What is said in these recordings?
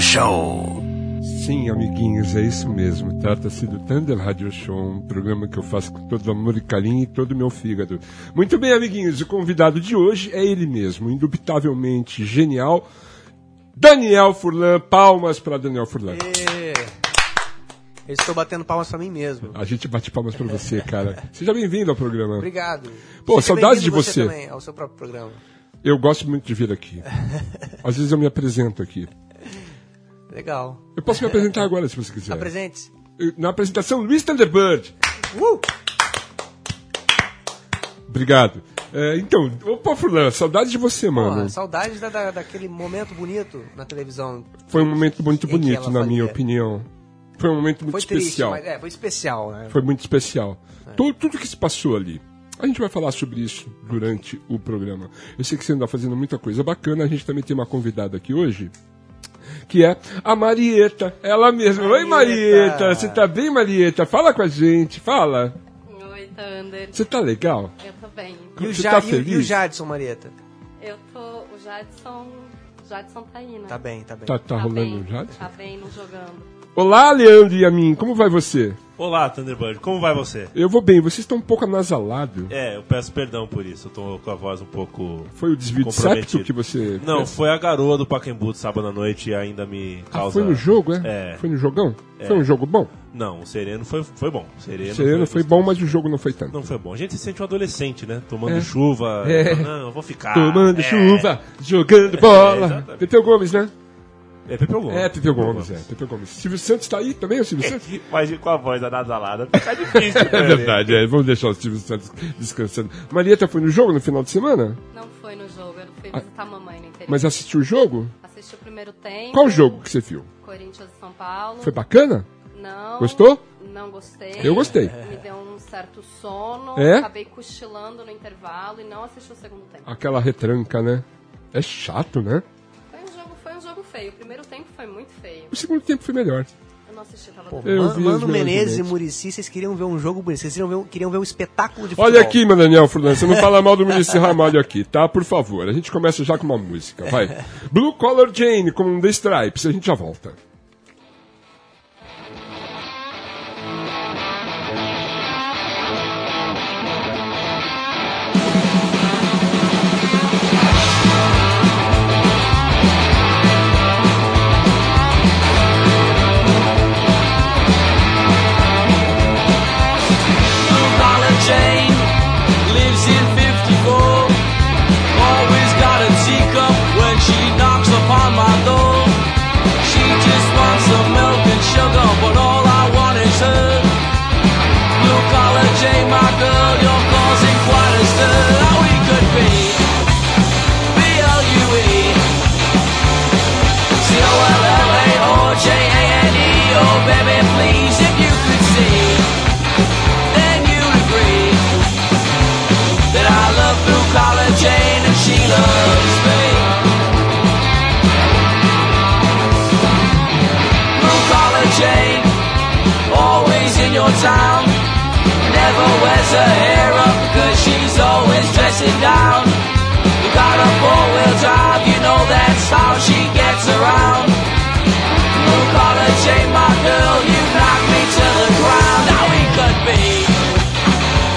Show. Sim, amiguinhos, é isso mesmo. Trata-se do Thunder Radio Show, um programa que eu faço com todo amor e carinho e todo o meu fígado. Muito bem, amiguinhos, o convidado de hoje é ele mesmo, indubitavelmente genial, Daniel Furlan. Palmas para Daniel Furlan. Ê, Eu estou batendo palmas pra mim mesmo. A gente bate palmas para você, cara. Seja bem-vindo ao programa. Obrigado. Pô, Seja saudade de bem-vindo você. também, ao seu próprio programa. Eu gosto muito de vir aqui. Às vezes eu me apresento aqui. Legal. Tá Eu posso me apresentar agora, se você quiser. Apresente-se. Na apresentação, Luiz Thunderbird. Uhum. Uh! Obrigado. É, então, opa, Furlan, saudade de você, mano. Porra, Ah, saudades da, da- daquele momento bonito na televisão. Foi um momento muito Em que bonito, ela na minha fazia. opinião. Foi um momento muito Foi triste, especial. mas é, foi especial, né? Foi muito especial. Tu- tudo que se passou ali. A gente vai falar sobre isso durante o programa. Eu sei que você anda fazendo muita coisa bacana. A gente também tem uma convidada aqui hoje, que é a Marieta. Ela mesma. Oi, Marieta! Marieta. Você tá bem, Marieta? Fala com a gente. Fala. Oi, Thunder. Você tá legal? Eu tô bem. E o, Você tá Ja- e o- e o feliz? Jadson, Marieta? Eu tô. O Jadson. Jadson tá aí, né? Tá bem, tá bem. Tá, tá rolando bem, já? Tá bem, não jogando. Olá, Leandro e a mim. Como vai você? Olá, Thunderbird, como vai você? Eu vou bem. Vocês estão um pouco anasalado. É, eu peço perdão por isso, eu tô com a voz um pouco. Foi o desvio de septo comprometida. que você... Não, foi a garoa do Pacaembu de sábado à noite e ainda me Ah, causa. foi no jogo, é? É. Foi no jogão? Foi um jogo bom? Não, o Sereno foi, foi bom. O Sereno, O Sereno foi bom, mas o jogo não foi tanto. Não foi bom. A gente se sente um adolescente, né? Tomando É. chuva. É. Não, eu vou ficar. Tomando é. chuva, jogando bola. exatamente. Pepeu Gomes, né? É Pepeu Gomes. É. É, Pepeu Gomes, é. Pepeu Gomes. Silvio Santos tá aí também, o Silvio Santos? Mas com a voz anasalada fica difícil. É verdade, é. Vamos deixar o Silvio Santos descansando. Marieta foi no jogo no final de semana? Não foi no jogo, eu fui visitar a mamãe no interior. Ah, Mas assistiu o jogo? Assisti o primeiro tempo. Qual jogo que você viu? Corinthians e São Paulo. Foi bacana? Não. Gostou? Não gostei. Eu gostei. Me deu um certo sono. É? Acabei cochilando no intervalo e não assisti o segundo tempo. Aquela retranca, né? É chato, né? Foi um jogo, foi um jogo feio. O primeiro tempo foi muito feio. O segundo tempo foi melhor. Eu não assisti, tava Pô, dormindo. Eu Man- vi os Mano meus Menezes e momentos. Murici, vocês queriam ver um jogo bonito, vocês queriam ver, um- queriam ver um espetáculo de futebol. Olha aqui, meu Daniel Furlan, você não fala mal do Muricy Ramalho aqui, tá? Por favor, a gente começa já com uma música, vai. Blue Collar Jane com The Stripes, a gente já volta. Dollar Jane lives in 54. Always got a teacup when she knocks upon my door. She just wants some milk and sugar, but all I want is her. Blue collar Jane, my girl, you're causing quite a stir. Now we could be B-L-U-E. C-O-L-L-A-O-J-A-N-E. Oh, baby, please, if you could see then you'd agree that I love blue collar Jane and she loves me. Blue collar Jane, always in your town, never wears her hair up because she's always dressing down. You got a four-wheel drive, you know that's how she gets around. Blue collar Jane, my girl, you knock me to the ground. Now we could be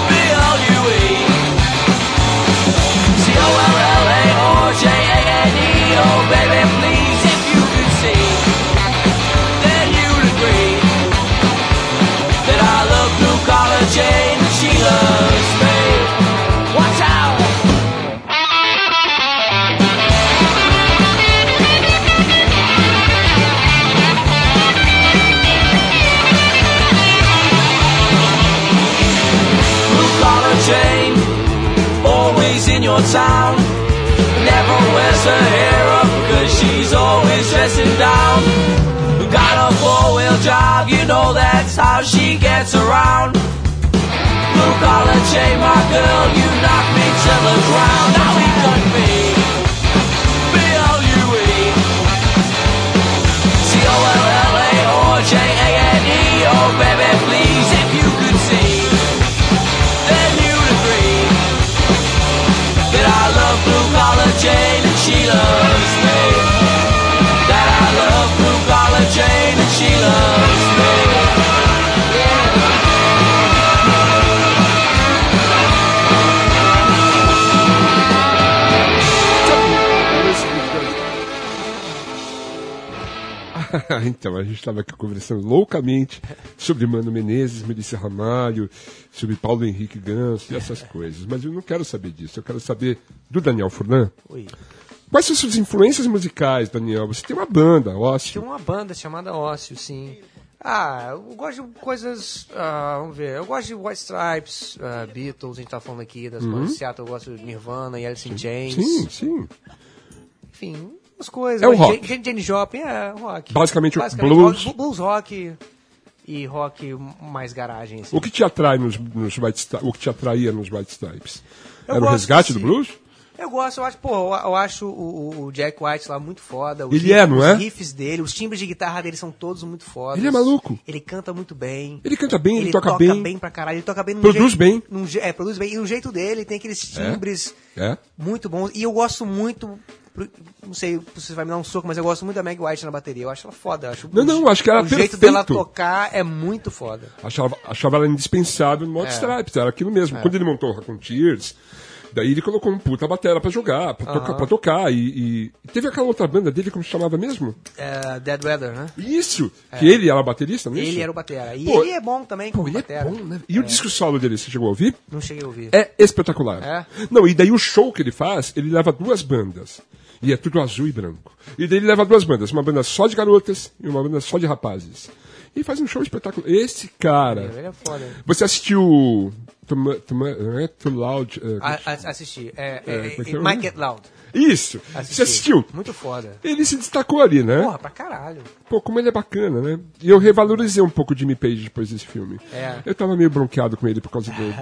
B-L-U-E. C-O-L-L-A-R-J-A-N-E. Oh, baby, please, if you could see, then you'd agree that I love blue collar Jane and she loves me. Watch out! blue collar Jane, always in your town. Never wears her hair up because she's always dressing down. Got a four wheel job, you know that's how she gets around. Blue collar Jane, my girl, you knock me to the ground. Now we could be B-L-U-E. C-O-L-L-A-O-J-A-N-E. Oh, baby, please, if you could see then you'd agree that I love blue collar Jane and she loves me. That I love blue collar. então, a gente estava aqui conversando loucamente sobre Mano Menezes, Melissa Ramalho, sobre Paulo Henrique Ganso e essas coisas. Mas eu não quero saber disso. Eu quero saber do Daniel Furlan. Oi. Quais são suas influências musicais, Daniel? Você tem uma banda, Tinha ócio. uma banda chamada Ócio, sim. Ah, eu gosto de coisas. ah, vamos ver. Eu gosto de White Stripes, ah, Beatles, a gente tá falando aqui das bandas de Seattle. Eu gosto de Nirvana e Alice in Chains. Uhum. Sim, sim. Enfim, umas coisas. É o Eu gosto de rock. Jane- Jane Joplin, é rock. Basicamente, o blues. rock- blues rock e rock mais garagem. Assim. O que te atrai nos, nos White Stripes? O que te atraía nos White Stripes? Eu Era o gosto resgate desse- do blues? Eu gosto, eu acho, pô, eu, eu acho o, o- o Jack White lá muito foda. os Ele riffs- é, não é? Os riffs dele, os timbres de guitarra dele são todos muito fodas. Ele é maluco. Ele canta muito bem. Ele canta bem, ele, toca, bem. pra caralho, ele toca bem. num Produz jeito- bem. num je- é, produz bem. E o jeito dele tem aqueles timbres É? muito bons. E eu gosto muito, pro- não sei se você vai me dar um soco, mas eu gosto muito da Meg White na bateria. Eu acho ela foda. eu acho, Não, não, eu acho que ela O é jeito dela perfeito. tocar é muito foda. Achava, achava ela indispensável no White É. Stripes, era aquilo mesmo. Quando ele montou o Raccoon Tears, daí ele colocou um puta batera pra jogar, pra, tocar, pra tocar. E, e- teve aquela outra banda dele, como se chamava mesmo? É, Dead Weather, né? Isso! Que ele era baterista, não é isso? Ele era o batera. E Pô, ele é bom também Pô, como ele batera. é bom, né? E o disco solo dele, você chegou a ouvir? Não cheguei a ouvir. É espetacular. É? Não, e daí o show que ele faz, ele leva duas bandas. E é tudo azul e branco. E daí ele leva duas bandas, uma banda só de garotas e uma banda só de rapazes. E faz um show espetacular. Esse Ele cara. é foda. Você assistiu. Too, Mu- Too Mu- não é Too Loud. é, A, a- assisti. É, é, É, como é que é, é o Might nome? Get Loud. Isso! Você assistiu? Muito foda. Ele se destacou ali, né? Porra, pra caralho. Pô, como ele é bacana, né? E eu revalorizei um pouco o Jimmy Page depois desse filme. É. Eu tava meio bronqueado com ele por causa dele.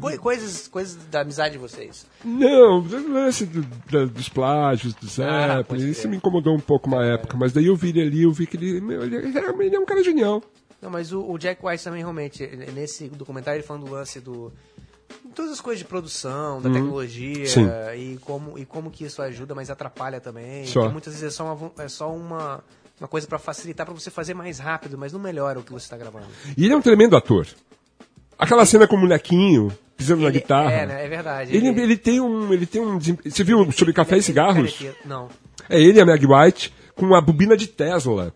Co- coisas, coisas da amizade de vocês. Não, o lance do- da- dos plágios, do Ah, Zeppelin, pode crer. isso me incomodou um pouco uma época, mas daí eu vi ele ali, eu vi que ele, meu, ele, é, ele é um cara genial. Não, mas o, o Jack White também, realmente, ele- nesse documentário, ele falando do lance do. Todas as coisas de produção, da tecnologia Uhum. Sim. e como, e como que isso ajuda, mas atrapalha também. Só. Que muitas vezes é só uma, vo- é só uma, uma coisa pra facilitar pra você fazer mais rápido, mas não melhora o que você tá gravando. E ele é um tremendo ator. Aquela cena com o molequinho pisando na Ele- guitarra. É, né? É verdade. é Ele, ele tem um. Ele tem um. desem- Você viu sobre café e cigarros? Ele- um Não. É ele, a Meg White, com uma bobina de Tesla.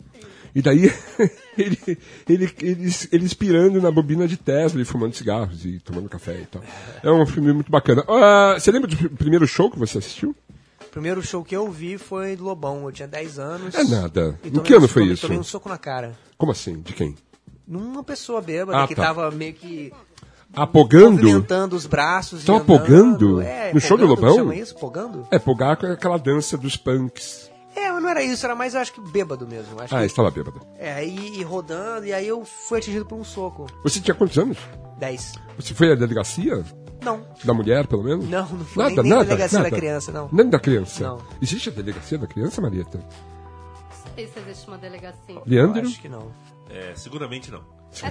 E daí ele, ele, ele, ele inspirando na bobina de Tesla e fumando cigarros e tomando café e tal. É um filme muito bacana. Ah, você lembra do pr- primeiro show que você assistiu? O primeiro show que eu vi foi do Lobão. Eu tinha 10 anos. É nada. E Em tomei que ano um- foi tomei- isso? Tomei um soco na cara. Como assim? De quem? Numa pessoa bêbada Ah, que tá. tava meio que Apogando? movimentando os braços. e Tava andando. pogando? É, No show do pogando, Lobão? Chama isso? Pogando? É, Pogaco é aquela dança dos punks. É, mas não era isso. Era mais, eu acho que bêbado mesmo. Acho Ah, que, estava bêbado. é, e, e rodando. E aí eu fui atingido por um soco. Você tinha quantos anos? 10. Você foi à delegacia? Não. Da mulher, pelo menos? Não, não fui. nada, Nem- nem nada, delegacia da nada. criança, não. Nem da criança? Não. Existe a delegacia da criança, Marieta? Não sei se existe uma delegacia. Leandro? Eu acho que não. É, seguramente não. É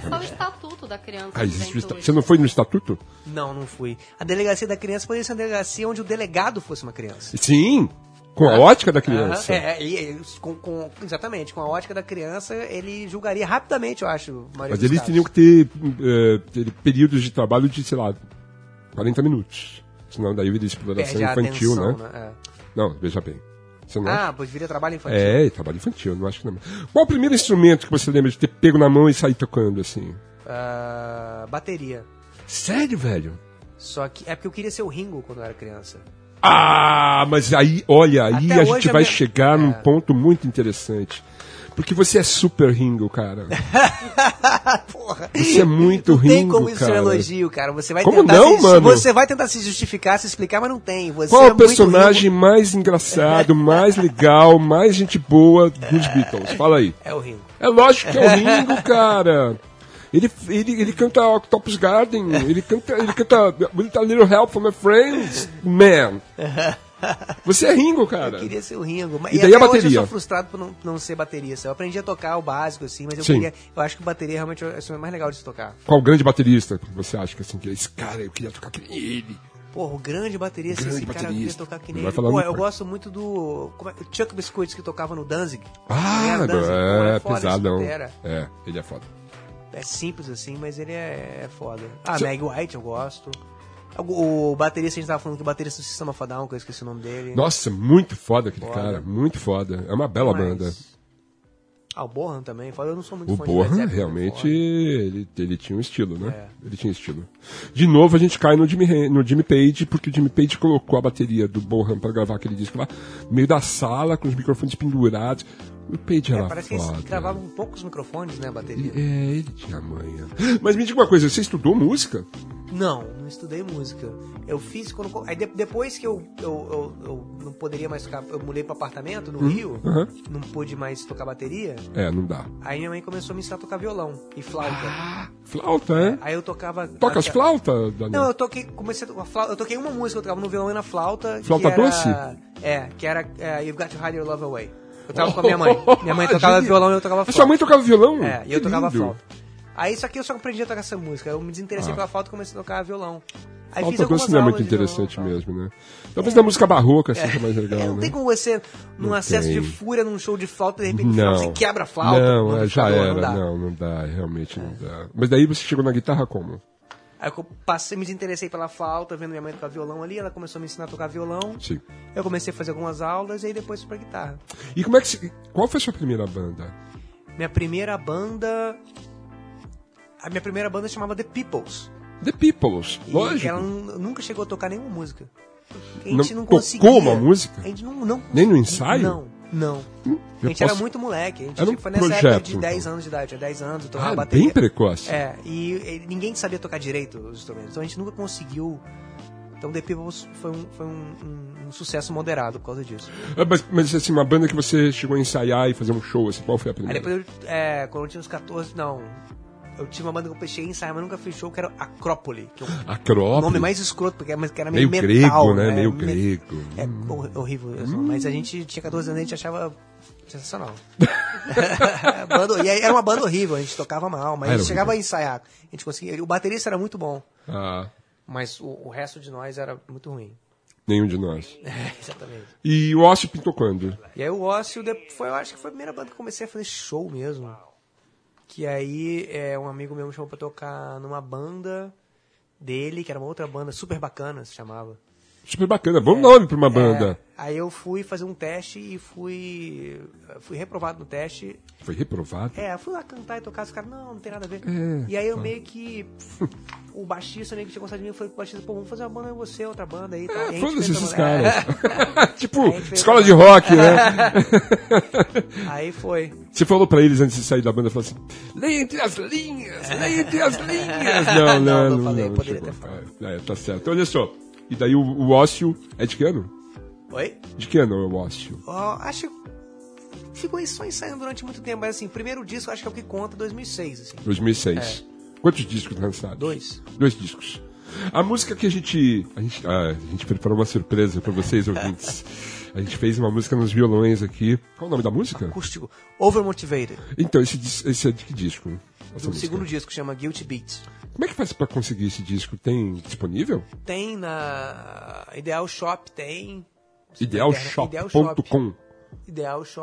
só o estatuto da criança. Ah, existe o juventude. esta- Você não foi no estatuto? Não, não fui. A delegacia da criança poderia ser uma delegacia onde o delegado fosse uma criança. Sim, com a ótica da criança. Ah. Aham, é, é, e- e- com, com- exatamente, com a ótica da criança, ele julgaria rapidamente, eu acho. a maioria Mas dos eles casos. teriam que ter, eh, ter períodos de trabalho de, sei lá, 40 minutos. Senão daí vira exploração Perde a infantil, atenção, né? né? Não, veja bem. Você não É. acha? Ah, pois viria trabalho infantil. É, e trabalho infantil, não acho que não. Qual o primeiro instrumento que você lembra de ter pego na mão e sair tocando assim? Ah, bateria. Sério, velho? Só que é porque eu queria ser o Ringo quando eu era criança. Ah, mas aí, olha, aí Até a hoje gente a vai minha- chegar num É. ponto muito interessante. Porque você é super Ringo, cara. Ah, Porra. Você é muito Não tem Ringo, como isso ser um cara. elogio, cara. Você vai Como tentar não, se, mano? Você vai tentar se justificar, se explicar, mas não tem. Você Qual é o personagem mais engraçado, mais legal, mais gente boa dos Beatles? Fala aí. muito Ringo. É o Ringo. É lógico que é o Ringo, cara. Ele, ele, ele canta Octopus Garden, ele canta, ele canta Will a Little Help from My Friends, man. Você é Ringo, cara. Eu queria ser o Ringo. Mas, E e daí até a hoje eu bateria? sou frustrado por não, não ser baterista. Eu aprendi a tocar o básico, assim, mas eu Sim. queria. Eu acho que bateria realmente é o instrumento mais legal de se tocar. Qual grande baterista que você acha que assim, que é esse cara, eu queria tocar que nem ele. Porra, o grande baterista, Grande esse cara eu queria baterista. tocar que Não nem vai ele. falar Pô, muito, eu né? gosto muito do. Como é, o Chuck Biscuits que tocava no Danzig. Ah, Era Danzig, assim, pô, é, foda, esse pesadão. batera. É, ele é foda. É simples assim, mas ele é, é foda. Ah, Cê- Meg White eu gosto. O, o baterista, a gente tava falando que o baterista do Sistema Fadão, que eu esqueci o nome dele. Nossa, muito foda aquele Foda. cara, muito foda. É uma bela Mas- banda. Ah, o Bohan também. Fala, eu não sou muito O fã de é Led Borra Zeppelin, realmente fora. ele, ele tinha um estilo, É. né? Ele tinha estilo. De novo a gente cai no Jimmy, Hen- no Jimmy Page, porque o Jimmy Page colocou a bateria do Bohan pra gravar aquele disco lá, no meio da sala, com os microfones pendurados. O Page era É, parece que eles foda. gravavam poucos microfones, né, a bateria. É, ele tinha manha. Mas me diga uma coisa, você estudou música? Não, não estudei música. Eu fiz quando. Aí de- depois que eu, eu, eu, eu não poderia mais tocar. Eu mudei pro apartamento Uhum. no Rio, aham. não pude mais tocar bateria. É, não dá. Aí minha mãe começou a me ensinar a tocar violão e flauta. Flauta, é? Aí eu tocava. Toca as aque- flautas, Não, Daniel? eu toquei. Comecei a, a flauta, eu toquei uma música, eu tocava no violão e na flauta. Flauta que era- doce? É, que era é, You've Got to Hide Your Love Away. Eu tava com a minha mãe. Minha mãe tocava violão e eu tocava flauta. flauta. Sua mãe tocava violão? É, e Que eu tocava lindo. Ah. flauta. Aí só que eu só aprendi a tocar essa música. Eu me desinteressei pela flauta e comecei a tocar violão. Aí Flauta fiz algumas doce não é aulas muito de violão, interessante tal. mesmo, né? Talvez na música barroca seja mais É, legal, não né? tem como você, num Não acesso de tem. fúria, num show de flauta, de repente no final Não. você quebra a flauta. Não, no é, já amplificador, era. Não, dá. É. não, dá, realmente não dá. Mas daí você chegou na guitarra como? Aí eu passei, me desinteressei pela flauta, vendo minha mãe tocar violão ali, ela começou a me ensinar a tocar violão. Sim. Eu comecei a fazer algumas aulas e aí depois fui pra guitarra. E como é que se, qual foi a sua primeira banda? Minha primeira banda. A minha primeira banda chamava The Peoples. The Peoples, E lógico. Ela nu- nunca chegou a tocar nenhuma música. A Não gente não, tocou conseguia. uma música? A gente não, não Nem no conseguia. ensaio? Não, não. a Hum, eu gente era posso- muito moleque. A gente Era um tipo, foi nessa época projeto, de então. 10 anos de idade. Tinha 10 anos, eu tocava Ah, bateria. bem precoce. É, e, e ninguém sabia tocar direito os instrumentos. Então a gente nunca conseguiu. Então The Peoples foi um, foi um- um- um sucesso moderado por causa disso. Ah, Mas, mas assim, uma banda que você chegou a ensaiar e fazer um show, assim, qual foi a Aí primeira? depois eu, é, quando eu tinha uns 14, não. Eu tinha uma banda que eu fechei em ensaiar, mas nunca fechou, que era Acrópole. Que é o Acrópole. nome mais escroto, porque era, que era meio, Meio metal. grego, né? Meio Me- grego. Hum. É hor- horrível. isso, Mas a gente tinha 14 anos e a gente achava sensacional. Banda- e aí era uma banda horrível, a gente tocava mal, mas Ah, a era gente chegava a ensaiar. A gente conseguia. O baterista era muito bom. Ah, Mas o, o resto de nós era muito ruim. nenhum de nós. É, exatamente. E o Ócio pintou quando? E aí o Ócio, de- foi, eu acho que foi a primeira banda que eu comecei a fazer show mesmo. Que aí é, um amigo meu me chamou pra tocar numa banda dele, que era uma outra banda super bacana, se chamava. Super bacana, bom nome pra uma banda. É, aí eu fui fazer um teste e fui fui reprovado no teste. Foi reprovado? É, eu fui lá cantar e tocar, os caras, não, não tem nada a ver. É, e aí eu tá. meio que. O baixista meio que tinha gostado de mim, eu falei pro baixista, pô, vamos fazer uma banda eu e você, outra banda aí. e tal. E a É, gente Foda-se fez uma esses banda. caras. tipo, Aí a gente fez escola uma- de rock, né? Aí foi. Você falou pra eles antes de sair da banda, falou assim, leia entre as linhas, leia entre as linhas. Não, não, não, Não, não, não falei, poderia chegou. ter falado. É, é, tá certo. Olha só, e daí o, o ócio é de que ano? Oi? De que ano é o ócio? Ó, acho que ficou aí só ensaiando durante muito tempo, mas assim, primeiro disco acho que é o que conta 2006, assim. 2006. Quantos discos lançados? É. Dois. Dois discos. A música que a gente. A gente, ah, a gente preparou uma surpresa pra vocês, ouvintes. A gente fez uma música nos violões aqui. Qual o nome da música? Acústico. Overmotivated. Então, esse, dis- esse é de que disco? Essa O música. segundo disco chama Guilty Beats. Como é que faz pra conseguir esse disco? Tem disponível? Tem na Ideal Shop, tem. é, Idealshop.com.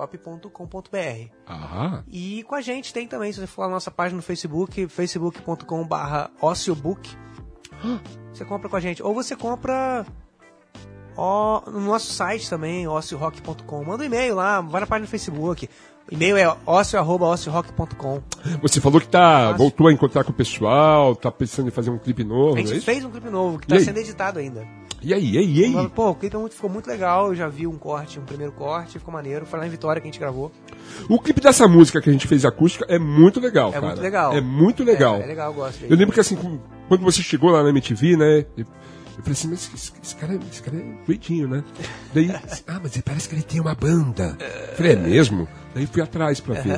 Idealshop.com.br. Ah, E com a gente tem também, se você for lá na nossa página no Facebook, facebook.com.br ociobook. Você compra com a gente. Ou você compra ó, no nosso site também, ociorock.com. Manda um e-mail lá, vai na página do Facebook. O e-mail é ocio.ociorock.com. você falou que tá, voltou a encontrar com o pessoal, tá pensando em fazer um clipe novo, A não é gente isso? fez um clipe novo, que E tá aí? sendo editado ainda. E aí, e aí, e aí? Pô, o clipe é muito- ficou muito legal, eu já vi um corte, um primeiro corte, ficou maneiro. Foi lá em Vitória que a gente gravou. O clipe dessa música que a gente fez acústica é muito legal, É cara. muito legal. É muito legal. É, é legal, eu gosto dele. Eu lembro que assim, com- quando você chegou lá na MTV, né? Eu eu falei assim, mas esse, esse cara, esse cara é doidinho, né? Daí, ah, mas ele parece que ele tem uma banda. Eu falei, é mesmo? Daí fui atrás pra ver.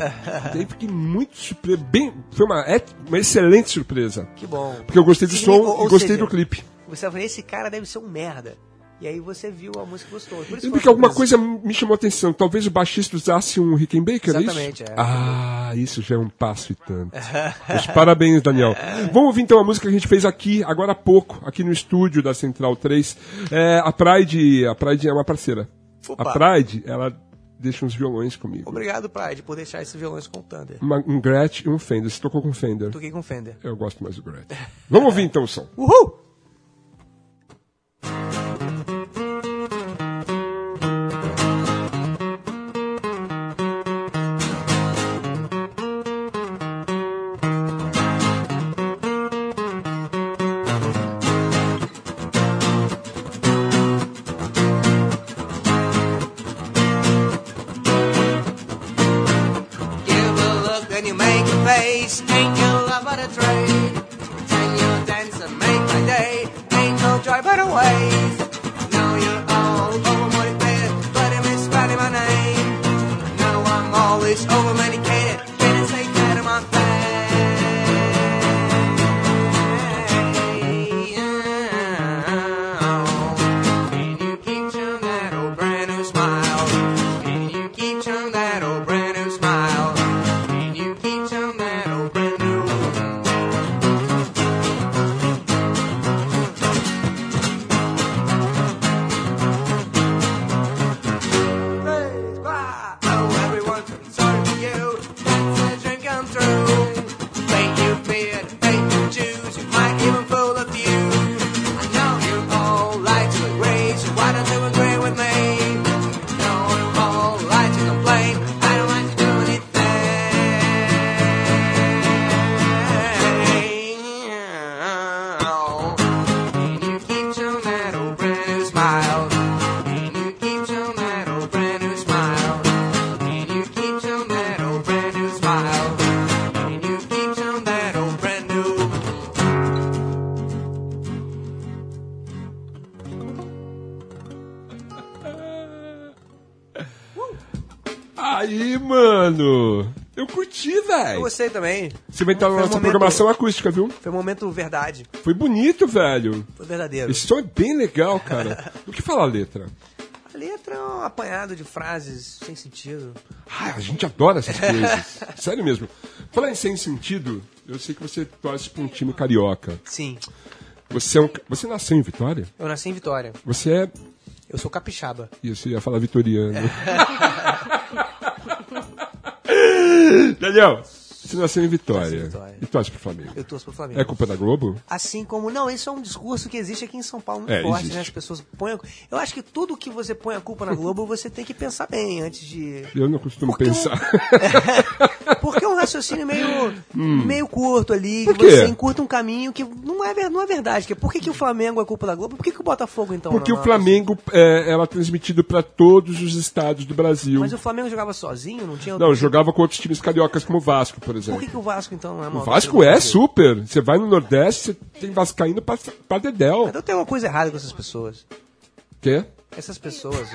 Daí fiquei muito surpreso. Bem, foi uma, é- uma excelente surpresa. Que bom. Porque eu gostei do Significa- som ou e gostei seja, do clipe. Você vai falar, esse cara deve ser um merda. E aí você viu a música e gostou. Por isso Lembro eu que acho alguma isso- coisa me chamou a atenção. Talvez o baixista usasse um Rickenbacker, Exatamente, é isso? é. Ah, isso já é um passo e tanto. Mas parabéns, Daniel. Vamos ouvir então a música que a gente fez aqui, agora há pouco, aqui no estúdio da Central 3. É, a Pride, a Pride é uma parceira. Opa. A Pride, ela deixa uns violões comigo. Obrigado, Pride, por deixar esses violões com o Thunder. Uma- um Gretsch e um Fender. Você tocou com Fender? Toquei com o Fender. Eu gosto mais do Gretsch. Vamos ouvir então o som. Uhul! Thank love of the trade. Can you dance and make my day? Ain't no joy but a waste. Now you're all over my bed, but I miss spelling my name. Now I'm always over medicated, can't say that I'm on Can you keep showing that old brand new smile? Can you keep showing that old brand new smile? Can you keep showing that old brand new? Please, bye. Oh, everyone's concerned for you. uh, That's a dream come true. Fake you feared, fake you choose. You might even fool a few. I know you all like to agree, so why don't you agree with me? I know you all like to complain. I don't like to do anything. Can you keep your that old brand new smile? Can you keep your that old brand new smile? Can you keep your that old brand new smile? Can you keep your that old brand new? Aí, mano! Eu curti, Eu velho! gostei também. Você vai estar na Foi um nossa momento- programação acústica, viu? Foi um momento verdade. Foi bonito, velho! Foi verdadeiro. Esse som é bem legal, cara. Do que falar a letra? A letra é um apanhado de frases sem sentido. Ah, a gente adora essas coisas. Sério mesmo. Falar em sem sentido, eu sei que você torce pra um time carioca. Sim, Você, é um ca- você nasceu em Vitória? eu nasci em Vitória. Você é. Eu sou capixaba. Isso, eu ia falar vitoriano. Daniel, você nasceu em Vitória. Nasci em Vitória. E torce pro Flamengo. Eu torço pro Flamengo. É culpa da Globo? Assim como. Não, isso é um discurso que existe aqui em São Paulo muito É, forte, existe. né? As pessoas põem. a- Eu acho que tudo que você põe a culpa na Globo, você tem que pensar bem antes de. Eu não costumo Porque um- pensar. Porque é um raciocínio meio, meio curto ali, Hum. Por que quê? você encurta um caminho que não é, ver- não é verdade. Que Por que, que o Flamengo é culpa da Globo? Por que, que o Botafogo, então? Porque não o é? Flamengo é, era transmitido pra todos os estados do Brasil. Mas o Flamengo jogava sozinho, não tinha. Não, jogava com outros times cariocas como o Vasco, por exemplo. Por que, que o Vasco, então, não é O mal? Vasco é super. Você vai no Nordeste, você tem Vascaíno pra, pra Dedel. Então tem alguma coisa errada com essas pessoas. Quê? Essas pessoas,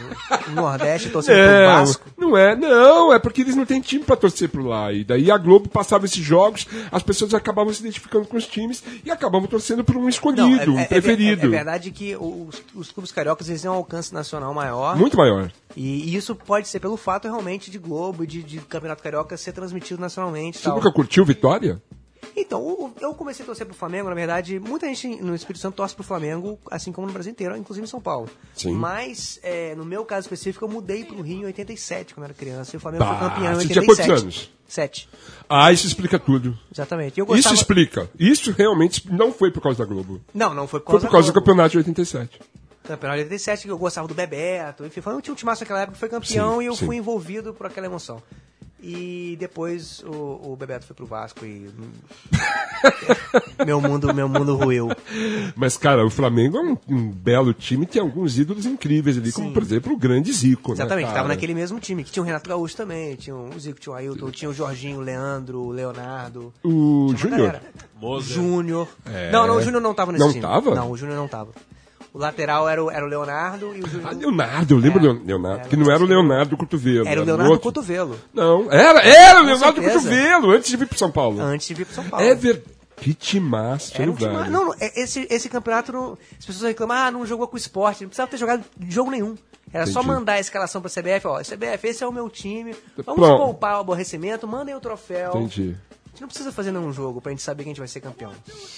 no Nordeste, torcendo pro É, Vasco. não é, não, é porque eles não têm time pra torcer pro lá. E daí a Globo passava esses jogos, as pessoas acabavam se identificando com os times e acabavam torcendo por um escolhido, um preferido. É, é verdade que os, os clubes cariocas eles têm um alcance nacional maior. Muito maior. E, e isso pode ser pelo fato realmente de Globo, de, de Campeonato Carioca ser transmitido nacionalmente. e Você Tal. nunca curtiu Vitória? Então, o- o- eu comecei a torcer pro Flamengo, na verdade, muita gente no Espírito Santo torce pro Flamengo, assim como no Brasil inteiro, inclusive em São Paulo. Sim. Mas, é, no meu caso específico, eu mudei pro Rio em 87, quando eu era criança, e o Flamengo Bah, foi campeão em você 87. tinha quantos anos? Sete, Ah, isso explica tudo. exatamente. E Eu gostava... Isso explica. Isso realmente não foi por causa da Globo. Não, não foi por Foi causa, por causa do da Globo. campeonato de 87. Campeonato de 87, que eu gostava do Bebeto, enfim, foi um time timaço naquela época, que foi campeão Sim, e eu sim. fui envolvido por aquela emoção. E depois o, o Bebeto foi pro Vasco e. hum, meu mundo, meu mundo ruiu. Mas, cara, o Flamengo é um, um belo time, tem alguns ídolos incríveis ali, como, por exemplo, o grande Zico. Exatamente, né, que cara? tava naquele mesmo time, que tinha o Renato Gaúcho também, tinha o Zico, tinha o Ailton, tinha o Jorginho, o Leandro, o Leonardo. O tinha uma Júnior. galera. Moza. Júnior. É. Não, não, o Júnior não tava nesse Não time. tava? Não, o Júnior não tava. O lateral era o, era o Leonardo e o Júnior. Ah, Leonardo, eu lembro do Leonardo, É. Era. que não era o Leonardo do Cotovelo. Era o um Leonardo outro. Cotovelo, Não, era, era o Leonardo do certeza. Cotovelo, antes de vir pro São Paulo. antes de vir pro São Paulo. É verdade. Que timaço, Era um time- velho. Não, não, é- esse, esse campeonato, não- as pessoas reclamam, ah, não jogou com o esporte, não precisava ter jogado jogo nenhum. Era só Entendi. mandar a escalação pra CBF, ó, CBF, esse é o meu time, vamos Pronto. poupar o aborrecimento, mandem o troféu. Entendi. A gente não precisa fazer nenhum jogo pra gente saber que a gente vai ser campeão.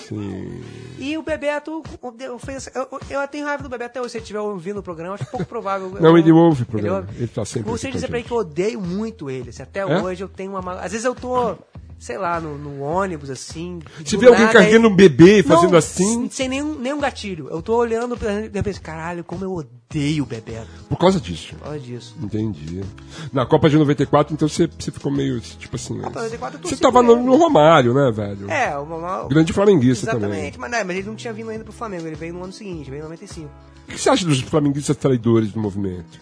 Sim. E o Bebeto o- deu- fez essa- eu, eu, eu tenho raiva do Bebeto até hoje, se ele estiver ouvindo o programa, acho pouco provável. Não, Eu- ele ouve o programa, ele tá sempre Gostaria de escutando dizer pra ele que eu odeio muito ele, assim, até É? hoje eu tenho uma... mal- Às vezes eu tô, sei lá, no, no ônibus, assim... Se do vê alguém nada, carregando ele- um bebê e fazendo não, assim, Sem, sem nenhum, nenhum gatilho. Eu tô olhando pra e eu penso, caralho, como eu odeio o Bebeto. por causa disso. Olha disso. Entendi. Na Copa de 94, então você, você ficou meio, tipo assim... Copa 94 eu você torci tava pra no, ele. no Romário, né, velho? É, o uma... Grande flamenguista também. Exatamente, mas, né, mas ele não tinha vindo ainda pro Flamengo, ele veio no ano seguinte, veio em 95. O que você acha dos flamenguistas traidores do movimento?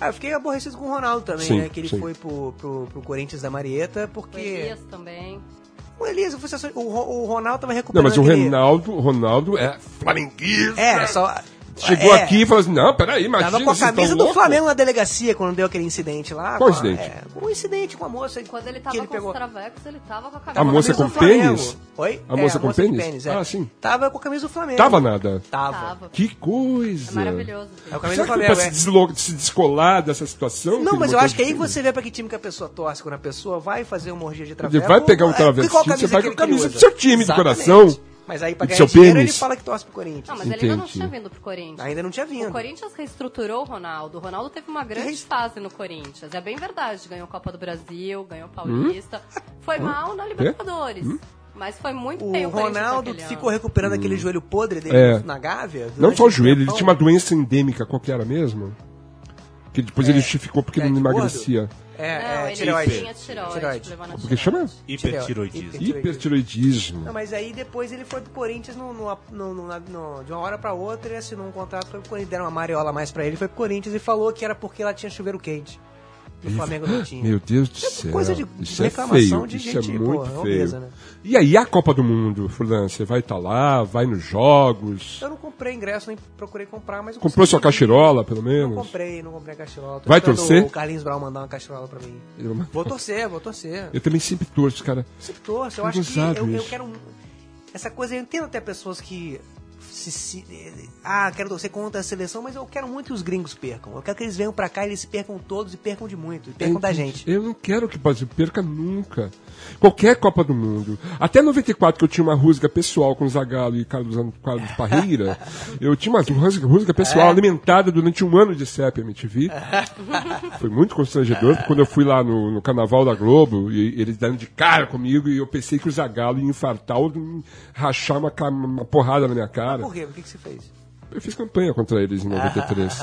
Ah, eu fiquei aborrecido com o Ronaldo também, Sim, né? Que ele sim. foi pro, pro, pro Corinthians da Marieta, O porque. Elias também. O Elias, frustração. O, Ro- o Ronaldo tava Não, recuperando. mas o aquele- Ronaldo, o Ronaldo é flamenguista. É, só. Chegou é, aqui e falou assim: não, peraí, imagina. tá Tava com a vocês tão camisa do loucos. Flamengo na delegacia quando deu aquele incidente lá. Qual com a- incidente? é, um incidente com a moça. Quando ele tava que ele com pegou. os travecos, ele tava com a cabeça. A moça Camisa com do Flamengo. pênis? Oi? A moça com de pênis? é. Ah, sim. Tava com a camisa do Flamengo. Tava nada. Tava. Tava. Que coisa. É maravilhoso. gente. É o camisa Será do que pra Flamengo, se, é. deslo- se descolar dessa situação? Não, tem mas eu vontade acho que de aí fazer? você vê pra que time que a pessoa torce. Quando a pessoa vai fazer uma orgia de é, Ele travesti. vai pegar um travesti, você vai com a camisa do seu time, do coração. Mas aí pra E do ganhar seu dinheiro ele pênis. fala que torce pro Não, Corinthians. mas ele ainda não Entendi. tinha vindo pro Corinthians. Ainda não tinha vindo. O Corinthians reestruturou o Ronaldo. O Ronaldo teve uma grande Res- fase no Corinthians. É bem verdade. Ganhou Copa do Brasil, ganhou Hum? Paulista. Foi mal na Libertadores. Mas foi muito bem O o Corinthians Ronaldo naquele ficou ano. recuperando aquele joelho podre dele Hum. É. na Gávea. Não durante só o um joelho, ele tempão. tinha uma doença endêmica, qual que era mesmo? Que depois ele justificou porque É, não de gordo? emagrecia. É, Não, é, ele tireoide. tinha tireoide. Tireoide. problema na Como que chama? tireoide. Hipertiroidismo. Hipertiroidismo. Hipertiroidismo. Não, mas aí depois ele foi pro Corinthians no, no- no- no- na- no- de uma hora pra outra e assinou um contrato foi pro Corinthians. Deram uma mariola a mais pra ele, foi pro Corinthians e falou que era porque ela tinha chuveiro quente. E o Flamengo não tinha. Meu Deus do céu. coisa de isso é reclamação feio. de isso gente, é pô, muito é feio. obesa, né? E aí, a Copa do Mundo, Furlan? Você vai estar lá, vai nos jogos? Eu não comprei ingresso, nem procurei comprar, mas... eu Comprou consegui. sua cachirola, pelo Não menos? comprei, não comprei a cachirola. Tô Vai esperando torcer? O Carlinhos Brau mandar uma cachirola pra mim. Eu- Vou torcer, vou torcer. Eu também sempre torço, cara. Sempre torço. Eu Eu acho que gostava eu, eu disso. quero. um, Essa coisa, eu entendo até pessoas que. se- se- eh, ah, quero torcer contra a seleção, mas eu quero muito que os gringos percam. Eu quero que eles venham pra cá e eles se percam todos e percam de muito. É E percam da gente. Eu não quero que o Brasil perca nunca. Qualquer Copa do Mundo. Até 94, que eu tinha uma rusga pessoal com o Zagallo e Carlos, An- Carlos Parreira, eu tinha uma rusga, rusga É. pessoal alimentada durante um ano de CEP MTV. Foi muito constrangedor, porque quando eu fui lá no, no Carnaval da Globo, e eles deram de cara comigo, e eu pensei que o Zagallo ia infartar ou rachar uma, ca- uma porrada na minha cara. Por quê? O que, que você fez? Eu fiz campanha contra eles em 93.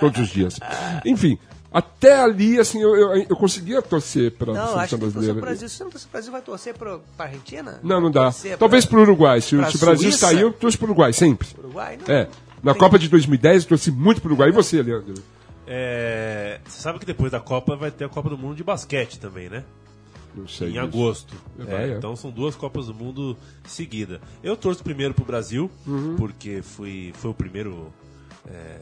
Todos os dias. Enfim, até ali, assim, eu, eu, eu conseguia torcer para Não, eu a seleção acho que torcer pro brasileira. Brasil. Se você não torcer pro Brasil, vai torcer pro, pra Argentina? Não, não dá. Torcer Talvez pra- pro Uruguai. Se, pra se o Brasil Suíça? saiu, eu torço pro Uruguai, sempre. Uruguai? Não. É. Na Tem- Copa de 2010, eu torci muito pro Uruguai. E você, Leandro? É, você sabe que depois da Copa vai ter a Copa do Mundo de basquete também, né? Não sei. em disso. agosto. É, É, vai, é. Então são duas Copas do Mundo seguida. Eu torço primeiro pro Brasil, Uhum. porque fui, foi o primeiro. É,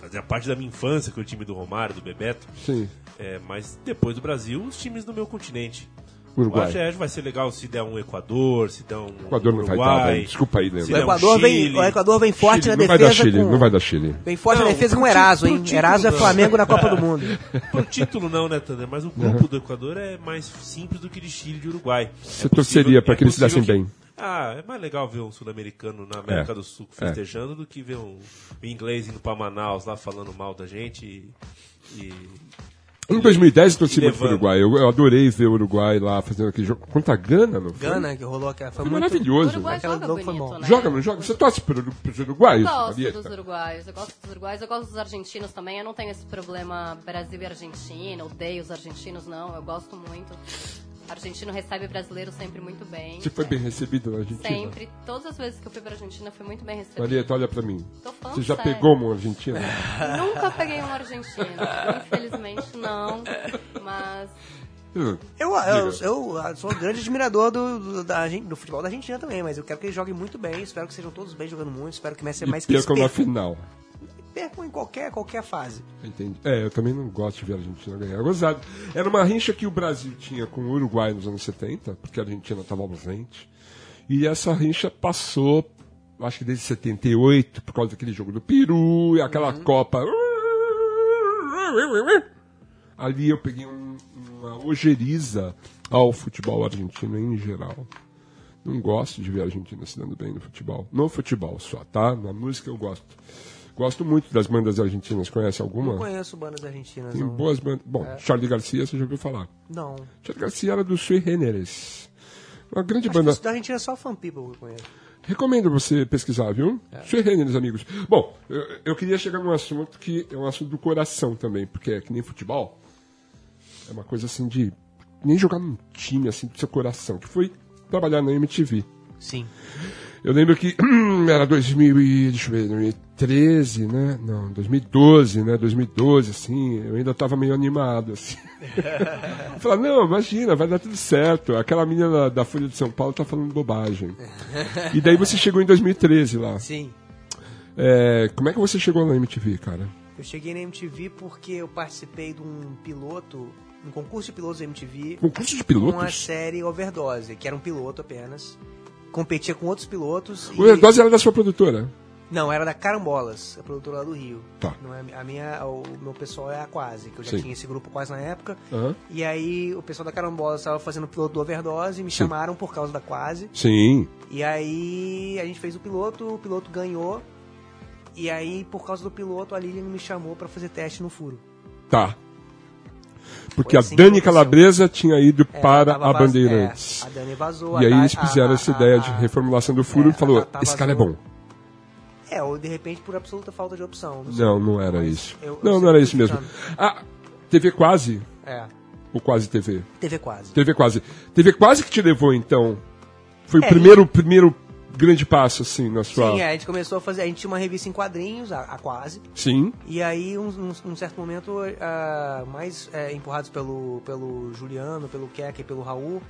fazia parte da minha infância que o time do Romário, do Bebeto. Sim. É, mas depois do Brasil, os times do meu continente. Uruguai. Eu acho, é, vai ser legal se der um Equador, se der um. Equador não vai Uruguai, dar, velho. Desculpa aí, Leandro. se O der um Equador, vem, Chile. o Equador vem forte Chile, na não vai defesa. dar Chile, com- não vai dar Chile. Vem forte na Não, defesa pro com o ti- Eraso, pro hein? título Eraso é do- Flamengo na Copa do Mundo. Por título não, né, Tander? Mas o grupo do Equador é mais simples do que de Chile e de Uruguai. Uhum. Você É possível- torceria pra é que eles se possível dessem bem. Ah, é mais legal ver um sul-americano na América É. do Sul É. festejando do que ver um inglês indo pra Manaus lá falando mal da gente e... e- Em 2010, eu torci E muito pro levando. Uruguai. Eu, eu adorei ver o Uruguai lá fazendo aquele jogo. Contra a Gana, não foi? Gana, que rolou aquela. Foi Foi muito. O É maravilhoso. Uruguai Aquela joga do- foi bonito, bom. né? Joga, não joga? Você torce pro, pro Uruguai? Eu gosto dos Marieta? uruguaios, eu gosto dos uruguaios, eu gosto dos argentinos também. Eu não tenho esse problema Brasil e Argentina, odeio os argentinos, não. Eu gosto muito. Argentino recebe brasileiro sempre muito bem. Você foi bem recebido na Argentina? Sempre. Todas as vezes que eu fui pra Argentina, fui muito bem recebido. Marieta, olha pra mim. Tô falando Você já sério. pegou uma argentina? É. Nunca peguei um argentino. Infelizmente, não. Mas. Hum. Eu, eu, Diga. eu sou um grande admirador do, do, da, Argen- do futebol da Argentina também, mas eu quero que eles joguem muito bem, espero que sejam todos bem jogando muito, espero que o E Messi seja mais que eles percam na percam, final. percam em qualquer, qualquer fase. Entendi. É, eu também não gosto de ver a Argentina ganhar. É Gozado. Era uma rincha que o Brasil tinha com o Uruguai nos anos 70, porque a Argentina estava ausente. E essa rincha passou, acho que desde 78, por causa daquele jogo do Peru e aquela Uhum. Copa. Ali eu peguei um- uma ojeriza ao futebol argentino em geral. Não gosto de ver a Argentina se dando bem no futebol. No futebol só, tá? Na música eu gosto. Gosto muito das bandas argentinas. Conhece Não alguma? conheço É. bandas argentinas, Tem não. boas bandas. Bom, Charlie Garcia, você já ouviu falar. Não. Charlie Garcia era do Sui Generis. Uma grande Acho que banda. isso da Argentina é só fan people que eu conheço. Recomendo você pesquisar, viu? Sui Generis, amigos. Bom, eu, eu queria chegar num assunto que é um assunto do coração também, porque é que nem futebol. É uma coisa assim de. Nem jogar num time assim do seu coração, que foi trabalhar na MTV. Sim. Eu lembro que era 2000 e, deixa eu ver, 2000 e 2013, né? Não, 2012, né? 2012, assim, eu ainda tava meio animado, assim. Eu Falava, não, imagina, vai dar tudo certo. Aquela menina da- da Folha de São Paulo tá falando bobagem. E daí você chegou em 2013 lá. Sim. É, como é que você chegou na MTV, cara? Eu cheguei na MTV porque eu participei de um piloto, um concurso de pilotos da MTV, Concurso de com a pilotos? série Overdose, que era um piloto apenas. Competia com outros pilotos. O Overdose era da sua produtora. Não, era da Carambolas, a produtora lá do Rio. Tá. Não é, a minha, o meu pessoal é a Quase, que eu já Sim. tinha esse grupo quase na época. Aham. E aí o pessoal da Carambolas estava fazendo o piloto do Overdose, me chamaram por causa da Quase. Sim. E aí a gente fez o piloto, o piloto ganhou. E aí, por causa do piloto, a Lilian me chamou pra fazer teste no furo. Tá. Porque Foi assim a que Dani aconteceu. Calabresa tinha ido É, para ela tava a vaz- Bandeirantes. é, a Dani vazou. e a aí Ta- eles fizeram a- essa a- ideia a- de reformulação do furo é, e falou, a Tatá esse cara é vazou. bom. É, ou de repente por absoluta falta de opção. sei. Não, não era Mas isso. eu- eu não, não sei era que tá- isso eu mesmo. tô Ah, TV Quase, É, ou Quase TV? TV quase. TV Quase. TV Quase que te levou, então. Foi É, o primeiro, primeiro grande passo, assim, na sua... Sim, é, a gente começou a fazer. A gente tinha uma revista em quadrinhos, a, a quase. Sim. E aí, um, um- um certo momento, ah, mais eh, empurrados pelo, pelo Juliano, pelo Keke, pelo Raul,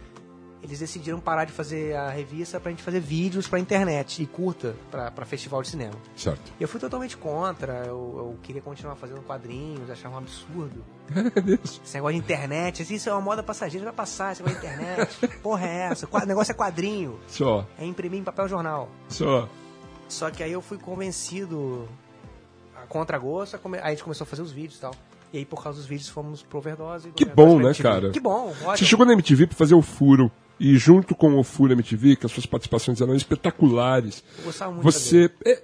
eles decidiram parar de fazer a revista pra gente fazer vídeos pra internet e curta pra, pra festival de cinema. Certo. E eu fui totalmente contra, eu, eu queria continuar fazendo quadrinhos, achava um absurdo. Esse negócio de internet, assim, isso é uma moda passageira, vai passar, esse negócio de internet. que Porra, é essa? Qua- O negócio é quadrinho, Só, é imprimir em papel jornal. só. Só que aí eu fui convencido a contra gosto, aí a gente começou a fazer os vídeos e tal. E aí, por causa dos vídeos, fomos pro overdose. Que Overdose bom, pra né, MTV. cara? Que bom, Você ótimo. chegou na MTV pra fazer o furo. E junto com o Furo MTV, que as suas participações eram espetaculares, Eu gostava muito você... É,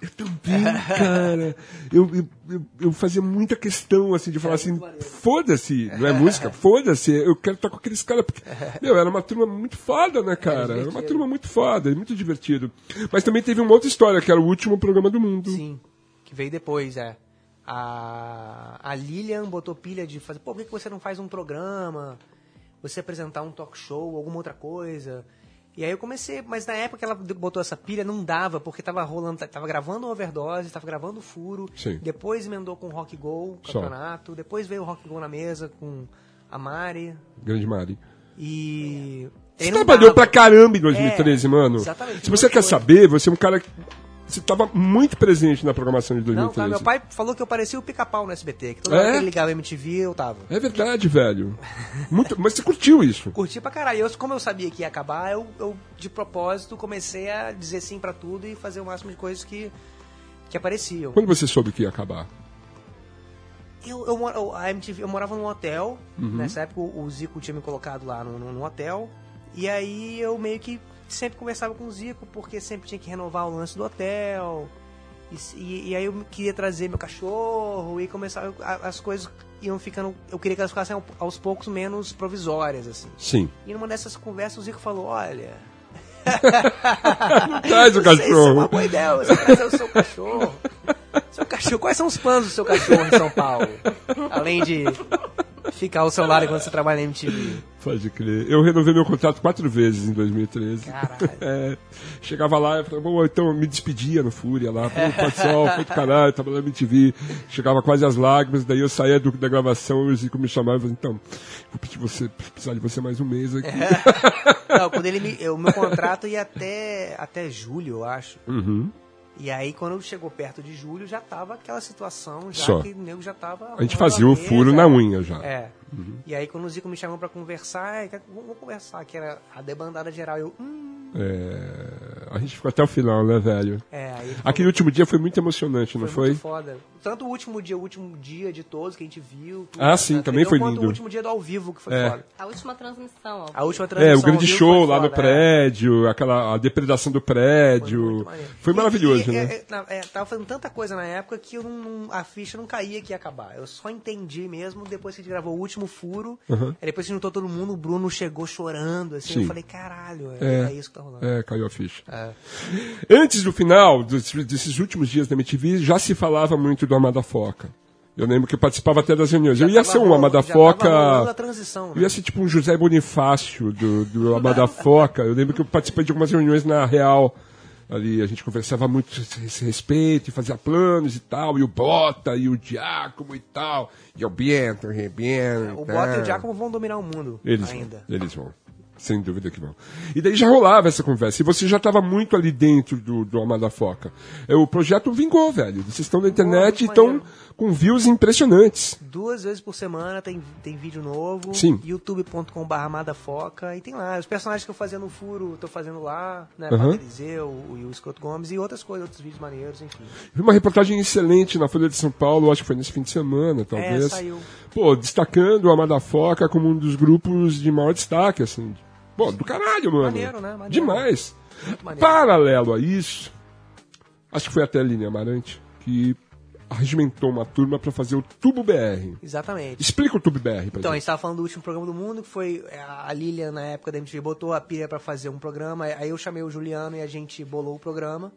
eu também, cara. Eu, eu, eu- eu fazia muita questão, assim, de falar assim, foda-se, não é música? Foda-se, eu quero estar com aqueles caras. Porque, meu, era uma turma muito foda, né, cara? Era uma turma muito foda, e muito divertido. Mas também teve uma outra história, que era o último programa do mundo. Sim, que veio depois, é. A, a Lilian botou pilha de fazer, pô, por que que você não faz um programa? Você apresentar um talk show, alguma outra coisa. E aí eu comecei, mas na época que ela de- botou essa pilha, não dava, porque tava rolando, ta- tava gravando o Overdose, tava gravando o Furo, Sim. depois emendou com o Rock Go, Só. campeonato, depois veio o Rock Go na mesa com a Mari, Grande Mari. e... e Você aí não trabalhou dava. pra caramba em 2013, É, mano. exatamente, Se você muita quer coisa. saber, você é um cara que. Você tava muito presente na programação de Não, cara, 2013. meu pai falou que eu parecia o pica-pau no SBT, que toda É? vez que ele ligava MTV, eu tava. É verdade, velho. Muito... Mas você curtiu isso. Curti pra caralho. Eu, como eu sabia que ia acabar, eu, eu, de propósito comecei a dizer sim pra tudo e fazer o máximo de coisas que, que apareciam. Quando você soube que ia acabar? Eu, eu, mora- eu- a MTV, eu morava num hotel, nessa época o o Zico tinha me colocado lá num, num- num hotel, e aí eu meio que sempre conversava com o Zico, porque sempre tinha que renovar o lance do hotel, e, se- e- e aí eu queria trazer meu cachorro, e começava, a- as coisas iam ficando, eu queria que elas ficassem ao- aos poucos menos provisórias, assim. Sim. E numa dessas conversas o Zico falou, olha. Traz o não sei se é uma cachorro. boa ideia você trazer o seu cachorro. Seu cachorro, quais são os planos do seu cachorro em São Paulo? Além de ficar ao seu lado enquanto você trabalha na MTV. Pode crer. Eu renovei meu contrato quatro vezes em 2013. Caralho. É, chegava lá, eu falava, bom, então eu me despedia no Fúria lá, falei, pode sol, foi do caralho, tava na MTV, chegava quase às lágrimas, daí eu saía do- da gravação e o Zico me chamava e falava, então, vou pedir você, precisar de você mais um mês aqui. Não, quando ele me. O meu contrato ia até, até julho, eu acho. Uhum. E aí, quando chegou perto de julho, já tava aquela situação, já Só. que o nego já tava. A gente fazia o furo na unha já. É. Uhum. E aí, quando o Zico me chamou pra conversar, "Ai, quer- vamos conversar, que era a debandada geral. Eu, hum, É, A gente ficou até o final, né, velho? é, aí ele Aquele último dia foi muito emocionante, não Foi Ah, foi? muito foda. Tanto o último dia, o último dia de todos que a gente viu. tudo, Ah, sim, né, também foi quanto lindo. O último dia do ao vivo que foi É. foda. A última transmissão, ó. A última É, transmissão o grande ao vivo show foi lá no foda, é. prédio, aquela a depredação do prédio. muito maneiro. Foi maravilhoso, E- e- né? é, na- é, tava fazendo tanta coisa na época que eu não- não- a ficha não caía que ia acabar. Eu só entendi mesmo depois que a gente gravou o último furo. Aí depois que juntou todo mundo, o Bruno chegou chorando, assim. Sim. Eu falei, caralho, é, É. é isso que tá rolando. É, caiu a ficha. Antes do final, dos- desses últimos dias da MTV, já se falava muito do Amada Foca. Eu lembro que eu participava até das reuniões. Já eu ia tava ser um rolando- Amada já tava rolando a Foca. transição, Eu né? ia ser tipo um José Bonifácio do, do Amada Foca. Eu lembro que eu participei de algumas reuniões na Real. ali a gente conversava muito a esse esse respeito, e fazia planos e tal, e o Bota, e o Diácono e tal, e o Biento, o Rebiento. O Bota e o Giacomo vão dominar o mundo Eles ainda. vão. Eles vão. Sem dúvida que vão. E daí já rolava essa conversa. E você já estava muito ali dentro do, do Amada Foca. É, O projeto vingou, velho. Vocês estão na internet e muito estão com views impressionantes. Duas vezes por semana tem, tem vídeo novo. Sim. youtube.com.br Madafoca. E tem lá. Os personagens que eu fazia no Furo, eu tô fazendo lá, né? Aham. Padre Eliseu, o, e o Escoto Gomes e outras coisas, outros vídeos maneiros, enfim. Vi uma reportagem excelente na Folha de São Paulo, acho que foi nesse fim de semana, talvez. É, saiu. Pô, destacando o Amada Foca como um dos grupos de maior destaque, assim. Pô, do caralho, mano. Maneiro, né? Maneiro. Demais. maneiro. Paralelo a isso, acho que foi até a Aline Amarante que arregimentou uma turma pra fazer o Tubo BR. Exatamente. Explica o Tubo BR pra Então, gente. a gente tava falando do último programa do mundo, que foi é, a Lilian, na época da MTV, botou a pilha pra fazer um programa. Aí eu chamei o Juliano e a gente bolou o programa.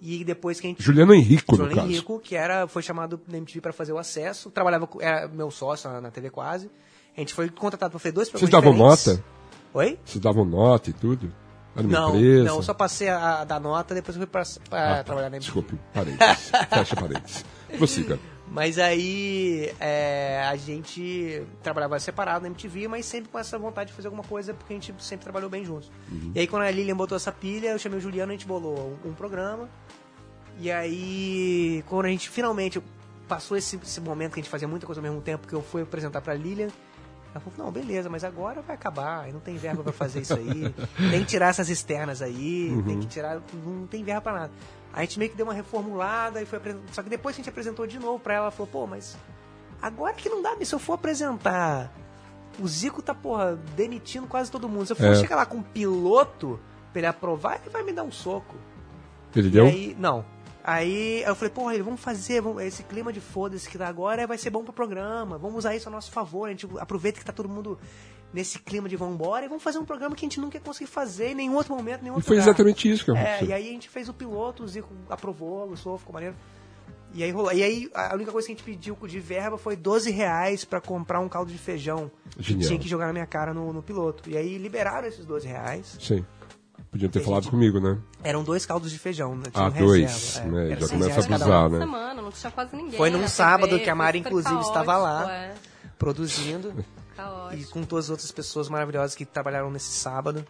E depois que a gente Uhum. Juliano Henrico, no Johnny caso. Rico, que era, foi chamado na MTV para fazer o acesso, trabalhava, com- era meu sócio na, na TV quase. A gente foi contratado para fazer dois Vocês programas davam diferentes. nota? Oi? Vocês davam nota e tudo? Era uma Não, empresa? não, eu só passei a, a dar nota, depois eu fui para Ah, tá. trabalhar na MTV. Desculpe, parênteses. Fecha parênteses. Prossiga. Mas aí é, a gente trabalhava separado na MTV, mas sempre com essa vontade de fazer alguma coisa, porque a gente sempre trabalhou bem juntos. Uhum. E aí quando a Lilian botou essa pilha, eu chamei o Juliano, a gente bolou um, um programa. E aí quando a gente finalmente passou esse, esse momento que a gente fazia muita coisa ao mesmo tempo, que eu fui apresentar pra Lilian, ela falou, não, beleza, mas agora vai acabar, não tem verba pra fazer isso aí, tem que tirar essas externas aí, tem que tirar, não tem verba pra nada. A gente meio que deu uma reformulada e foi apresen- só que depois que a gente apresentou de novo pra ela, ela falou, pô, mas agora que não dá, se eu for apresentar, o Zico tá, porra, demitindo quase todo mundo, se eu for É. chegar lá com um piloto pra ele aprovar, ele vai me dar um soco. Ele deu? E aí, não. Aí eu falei, porra, vamos fazer, vamos- esse clima de foda-se que tá agora vai ser bom pro programa, vamos usar isso a nosso favor, a gente aproveita que tá todo mundo nesse clima de vambora e vamos fazer um programa que a gente nunca ia conseguir fazer em nenhum outro momento, em nenhum E outro foi lugar. exatamente isso que É, aconteceu. e aí a gente fez o piloto, o Zico aprovou, gostou, ficou maneiro. E aí rolou. E aí a única coisa que a gente pediu de verba foi 12 reais pra comprar um caldo de feijão. Genial. Tinha que jogar na minha cara no, no piloto. E aí liberaram esses 12 reais. Sim. Podiam ter falado comigo, né? Eram dois caldos de feijão, né? Tinha Ah, um dois, reserva, é. né? Já Era seis começa a reais cada um. abusar, né? Uma semana, não tinha quase ninguém. Foi num na sábado TV, que a Mari, foi inclusive, caótico, estava lá. É, produzindo caótico. e com todas as outras pessoas maravilhosas que trabalharam nesse sábado.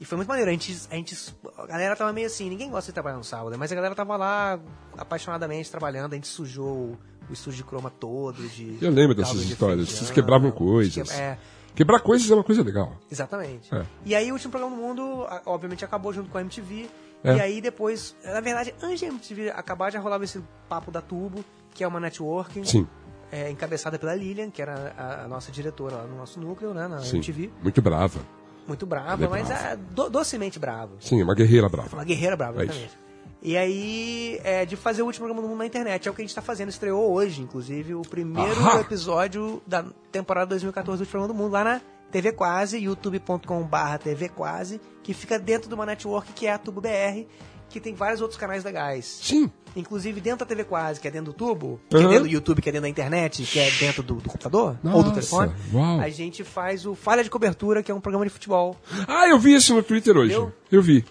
E foi muito maneiro. A gente, a gente. A galera tava meio assim, ninguém gosta de trabalhar no sábado, mas a galera tava lá apaixonadamente trabalhando. A gente sujou o estúdio de croma todo. De, Eu lembro caldo dessas de histórias. feijão, Vocês quebravam coisas. É, Quebrar coisas é uma coisa legal. Exatamente. É. E aí o último programa do mundo, a- obviamente, acabou junto com a MTV. É. E aí depois, na verdade, antes da MTV acabar, já rolava esse papo da Tubo, que é uma networking. Sim. é, encabeçada pela Lilian, que era a, a nossa diretora lá no nosso núcleo, né? Na Sim. MTV. Muito brava. Muito brava, Ela é mas brava. ah, do- docemente brava. Sim, uma guerreira Uma brava. guerreira brava, É exatamente. E aí, é, de fazer o último programa do mundo na internet, é o que a gente tá fazendo. Estreou hoje, inclusive, o primeiro Ahá! episódio da temporada 2014 do último programa do mundo, lá na TV Quase, youtube.com.br TV Quase, que fica dentro de uma network que é a Tubo BR, que tem vários outros canais legais. Sim. Inclusive dentro da TV Quase, que é dentro do tubo, que é Aham. dentro do YouTube, que é dentro da internet, que é dentro do, do computador ou Nossa, do telefone, uau. a gente faz o Falha de Cobertura, que é um programa de futebol. Ah, eu vi isso no Twitter hoje. Eu? Eu vi.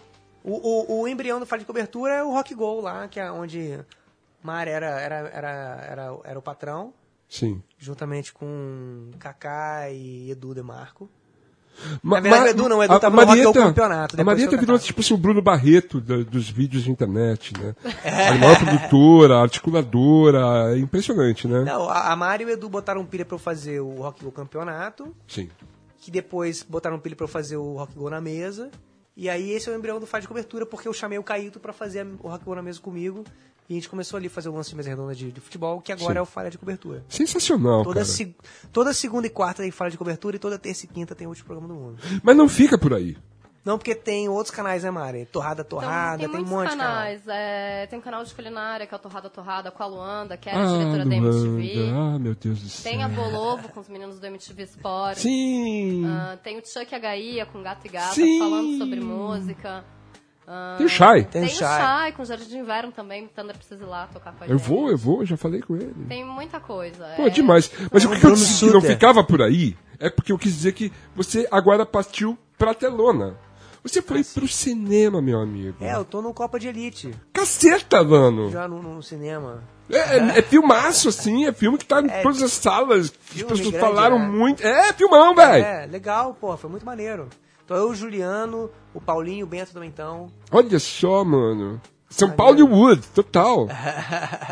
O, o, o embrião do Falha de Cobertura é o Rock Go lá, que é onde Mar era, era, era, era, era o patrão, Sim. juntamente com Kaká e Edu Demarco. Ma- Na verdade, Ma- o Edu não, o Edu tava no Rock ao Campeonato, A depois Marieta foi virou cantar. tipo assim, o Bruno Barreto da- dos vídeos de internet, né? É. A maior produtora, articuladora, é impressionante, né? Não, a, a Mari e o Edu botaram pilha pra eu fazer o Rock Go Campeonato, Sim. que depois botaram pilha pra eu fazer o Rock Go na mesa. E aí esse é o embrião do Faz de Cobertura, porque eu chamei o Caíto pra fazer a- o Rock Go na mesa comigo. E a gente começou ali a fazer o lance de mesa redonda de, de futebol, que agora Sim. é o Falha de Cobertura. Sensacional, Toda, cara. seg- toda segunda e quarta tem Falha de Cobertura e toda terça e quinta tem o último programa do mundo. Mas não fica por aí. Não, porque tem outros canais, né, Mari? Torrada, Então, torrada, tem, tem um muitos monte de canal. canais. é, tem um canal de culinária, que é o Torrada Torrada, com a Luanda, que era ah, diretora da MTV. Luanda, ah, meu Deus do céu. Tem a Bolovo com os meninos do MTV Sport. Sim. Ah, tem o Chuck e a Gaia com Gato e Gata Sim. falando sobre música. Ah, Tem o Shai. Tem tem o o Shai. Shai com o Jardim de Inverno também. O Thunder precisa ir lá tocar com a Eu gente. vou, eu vou, já falei com ele. Tem muita coisa. Pô, é. demais. Mas o que eu Bruno disse que não Suter. ficava por aí é porque eu quis dizer que você agora partiu pra telona. Você foi pro cinema, meu amigo. É, eu tô no Copa de Elite, Caceta, mano. já no, no cinema. É, é- é filmaço, assim, é filme que tá em É, todas as salas. que As filme pessoas grande, falaram né? muito. É, filmão, velho. É, legal, pô, foi muito maneiro. Então eu, o Juliano, o Paulinho, o Bento também então. Olha só, mano. São Paulo e Wood, total.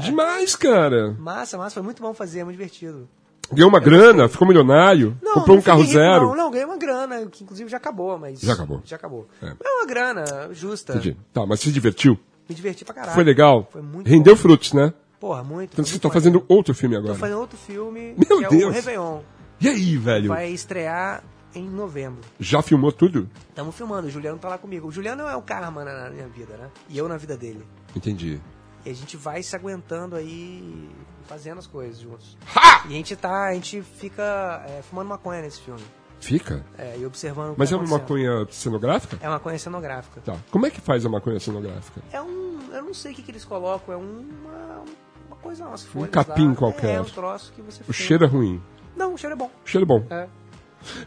Demais, cara. Massa, massa, foi muito bom fazer, muito divertido. Ganhou uma grana, ficou milionário, Não, comprou não um carro fiquei rico, zero. Não, não, ganhei uma grana, que inclusive já acabou, mas. Já acabou. Já acabou. É. É, uma grana justa. Entendi. Tá, mas se divertiu? Me diverti pra caralho. Foi legal? Tá. Foi muito Rendeu bom. frutos, né? Porra, muito. Então você foi muito tá maneiro. fazendo outro filme agora. Tô fazendo outro filme. Meu que É o Deus. Réveillon. E aí, velho? Vai estrear em novembro. Já filmou tudo? Tamo filmando, o Juliano tá lá comigo. O Juliano é o karma na na minha vida, né? E eu na vida dele. Entendi. E a gente vai se aguentando aí, fazendo as coisas juntos. Ha! E a gente tá, a gente fica é, fumando maconha nesse filme. Fica? É, e observando. o que Mas tá é uma acontecendo. maconha cenográfica? É maconha cenográfica. Tá. Como é que faz a maconha cenográfica? É um. Eu não sei o que, que eles colocam, é uma. Uma coisa, umas folhas. Um capim lá. É, qualquer. É, um troço que você O fuma. cheiro é ruim. Não, o cheiro é bom. O cheiro é bom. É.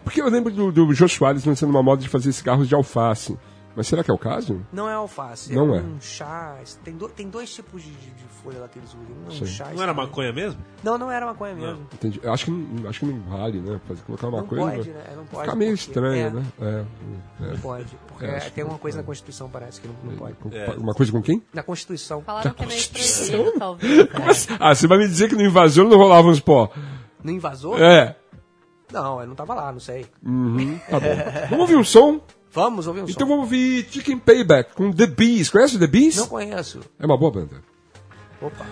Porque eu lembro do, do Jô Soares lançando uma moda de fazer cigarros de alface. Mas será que é o caso? Não é alface, Não é é. um chá. Tem, do- tem dois tipos de, de- de folha lá que eles usam. Um é um Sim. chá. Não era maconha mesmo? Não, não era maconha mesmo. Entendi. Eu acho que, não- acho que não vale, né? Fazer, colocar uma Não coisa. pode, né? Não pode. Fica meio porque- estranho, é, né? É. Não pode. Porque É, acho tem que Hum. uma não coisa na Constituição, parece que não, não pode. Com- Uma coisa com quem? Na Constituição. Falaram que é meio proibido, talvez. Como assim? Ah, você vai me dizer que no invasor não rolavam os pó. Não invasou? É. Não, eu não tava lá, não sei. Uhum, tá É. bom. Vamos ouvir um som? Vamos ouvir um Então som. vamos ouvir Chicken Payback com The Bees. Conhece The Bees? Não conheço. É uma boa banda. Opa.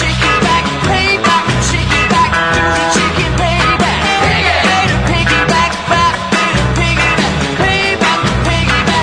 Piggy back, piggy back, piggy back, piggy back, piggy back, piggy back, piggy back.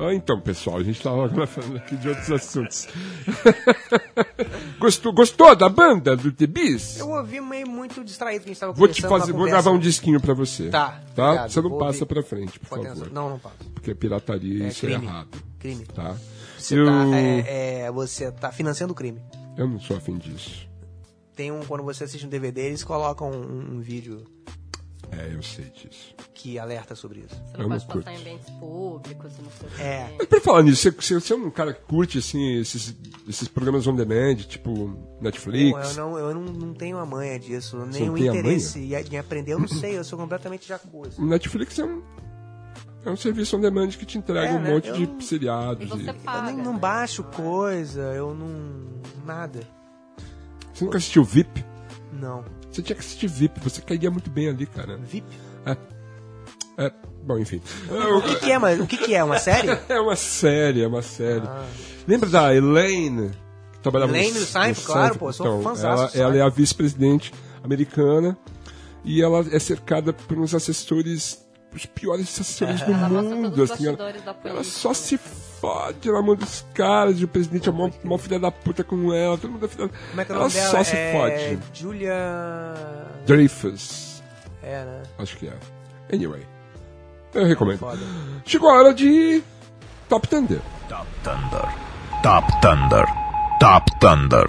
Ah, então, pessoal, a gente estava agora falando aqui de outros assuntos. gostou, gostou da banda do The Bees? Eu ouvi meio muito distraído que a gente tava Vou te conversando na fazer, vou conversa. gravar um disquinho pra você. Tá, Tá? obrigado, você não vou passa ouvir. pra frente, por Com atenção. favor. Não, não passo. Porque é pirataria e isso é crime. errado. Crime. Tá? Você, eu, tá, é, é, você tá financiando o crime. eu não sou afim disso. Tem um, quando você assiste um DVD, eles colocam um, um vídeo É, eu sei disso. que alerta sobre isso. Você Eu não não pode passar em curto. ambientes públicos, não sei o É. quê. Mas pra falar nisso, você, você- você é um cara que curte assim, esses, esses programas on demand, tipo Netflix? Pô, eu não, eu não, não tenho a manha disso, Você nem não o tem a interesse em em aprender. Eu não sei, eu sou completamente jacuza. O Netflix é um, é um serviço on demand que te entrega É, um né? monte Eu de não- é seriados. E você e- paga. Eu nem, não né? baixo coisa, eu não. nada. Você nunca assistiu VIP? Não. Você tinha que assistir VIP, você cairia muito bem ali, cara. VIP? É, bom, enfim. O que, que é, mas o que, que é? Uma série? É uma série, é uma série. Lembra da Elaine? Que trabalhava Ah. Elaine no- do no Seinfeld, Seinfeld? claro, pô, sou um fãzaço do ela, ela Seinfeld. é a vice-presidente americana e ela é cercada por uns assessores, os piores assessores do Ela passa mundo. pelos assim, ela, bastidores da política, ela só né? se fode na mão dos caras, e o presidente é mó, mó filha da puta com ela, todo mundo é filha da... Como é que é o ela nome dela? só se é... fode. Julia. Dreyfus, É, né? acho que é. Anyway, eu recomendo. Foda. Chegou a hora de Top Thunder. Top Thunder. Top Thunder. Top Thunder.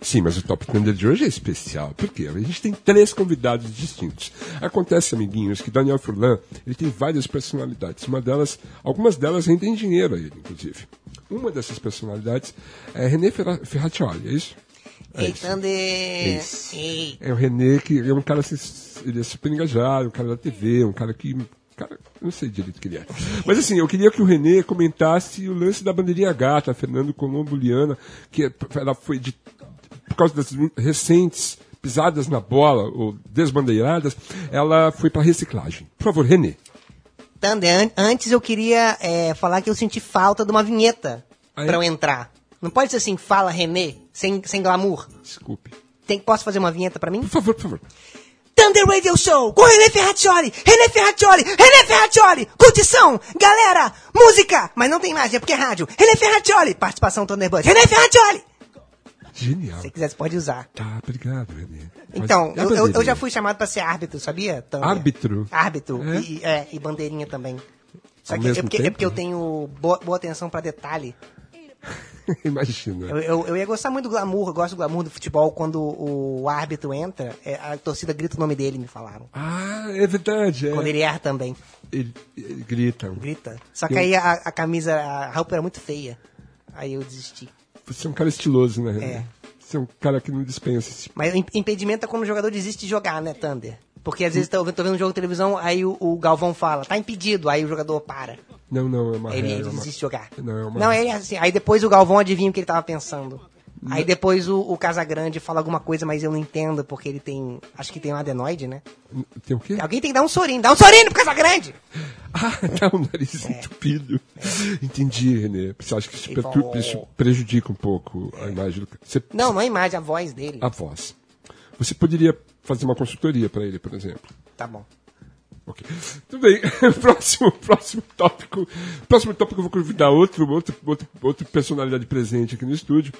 Sim, mas o Top Thunder de hoje é especial. Por quê? A gente tem três convidados distintos. Acontece, amiguinhos, que Daniel Furlan ele tem várias personalidades. Uma delas, algumas delas rendem dinheiro a ele, inclusive. Uma dessas personalidades é René Ferra- Ferraccioli, é isso? Ei, Thunder! Isso. Ei! É o René que é um cara assim, ele é super engajado, um cara da TV, um cara que. Cara, eu não sei direito o que ele é. Mas assim, eu queria que o René comentasse o lance da bandeirinha gata, Fernando Colombo Liana, que é- ela foi de, por causa das recentes pisadas na bola ou desbandeiradas, ela foi para reciclagem. Por favor, René. Thunder, an- antes eu queria é, falar que eu senti falta de uma vinheta Ah, é? pra eu entrar. Não pode ser assim, fala René, sem, sem glamour. Desculpe. Tem, posso fazer uma vinheta pra mim? Por favor, por favor. Thunder Radio Show, com René Ferraccioli, René Ferraccioli, René Ferraccioli, curtição, galera, música, mas não tem imagem, é porque é rádio. René Ferraccioli, participação Thunderbird, René Ferraccioli. Genial. Se você quiser, você pode usar. Tá, obrigado, René. Mas Então, é eu, eu- eu bandeirinha. já fui chamado pra ser árbitro, sabia? Thunder? Árbitro? Árbitro, É? E, é, e bandeirinha também. Só Ao que é mesmo porque, é tempo? porque eu tenho boa, boa atenção pra detalhe. Imagina. Eu, eu, eu ia gostar muito do glamour, eu gosto do glamour do futebol quando o árbitro entra, é, a torcida grita o nome dele, me falaram. Ah, é verdade. É. Quando ele erra também, Ele, ele grita. grita. Só que aí a, a camisa, a roupa era muito feia. Aí eu desisti. Você é um cara estiloso, né, Renan? É. Você é um cara que não dispensa esse tipo. Mas o im- impedimento é quando o jogador desiste de jogar, né, Thunder? Porque às vezes tô, tô vendo um jogo de televisão, aí o, o Galvão fala, tá impedido, aí o jogador para. Não, não, é uma Ele, regra, é ele uma- desiste de jogar. Não, é uma... Não, ele é assim. Aí depois o Galvão adivinha o que ele tava pensando. Aí depois o, o Casagrande fala alguma coisa, mas eu não entendo, porque ele tem. Acho que tem um adenoide, né? Tem o quê? Alguém tem que dar um sorinho. Dá um sorinho pro Casagrande! Ah, tá, o nariz É. entupido. Entendi, Renê. Você acha que isso, Ele pertur- falou- isso prejudica um pouco a imagem do cara? Você- Não, não é a imagem, a voz dele. A voz. Você poderia fazer uma consultoria pra ele, por exemplo. Tá bom. Ok. Tudo bem. próximo, próximo tópico. Próximo tópico eu vou convidar outro, outro, outro, outro personalidade presente aqui no estúdio,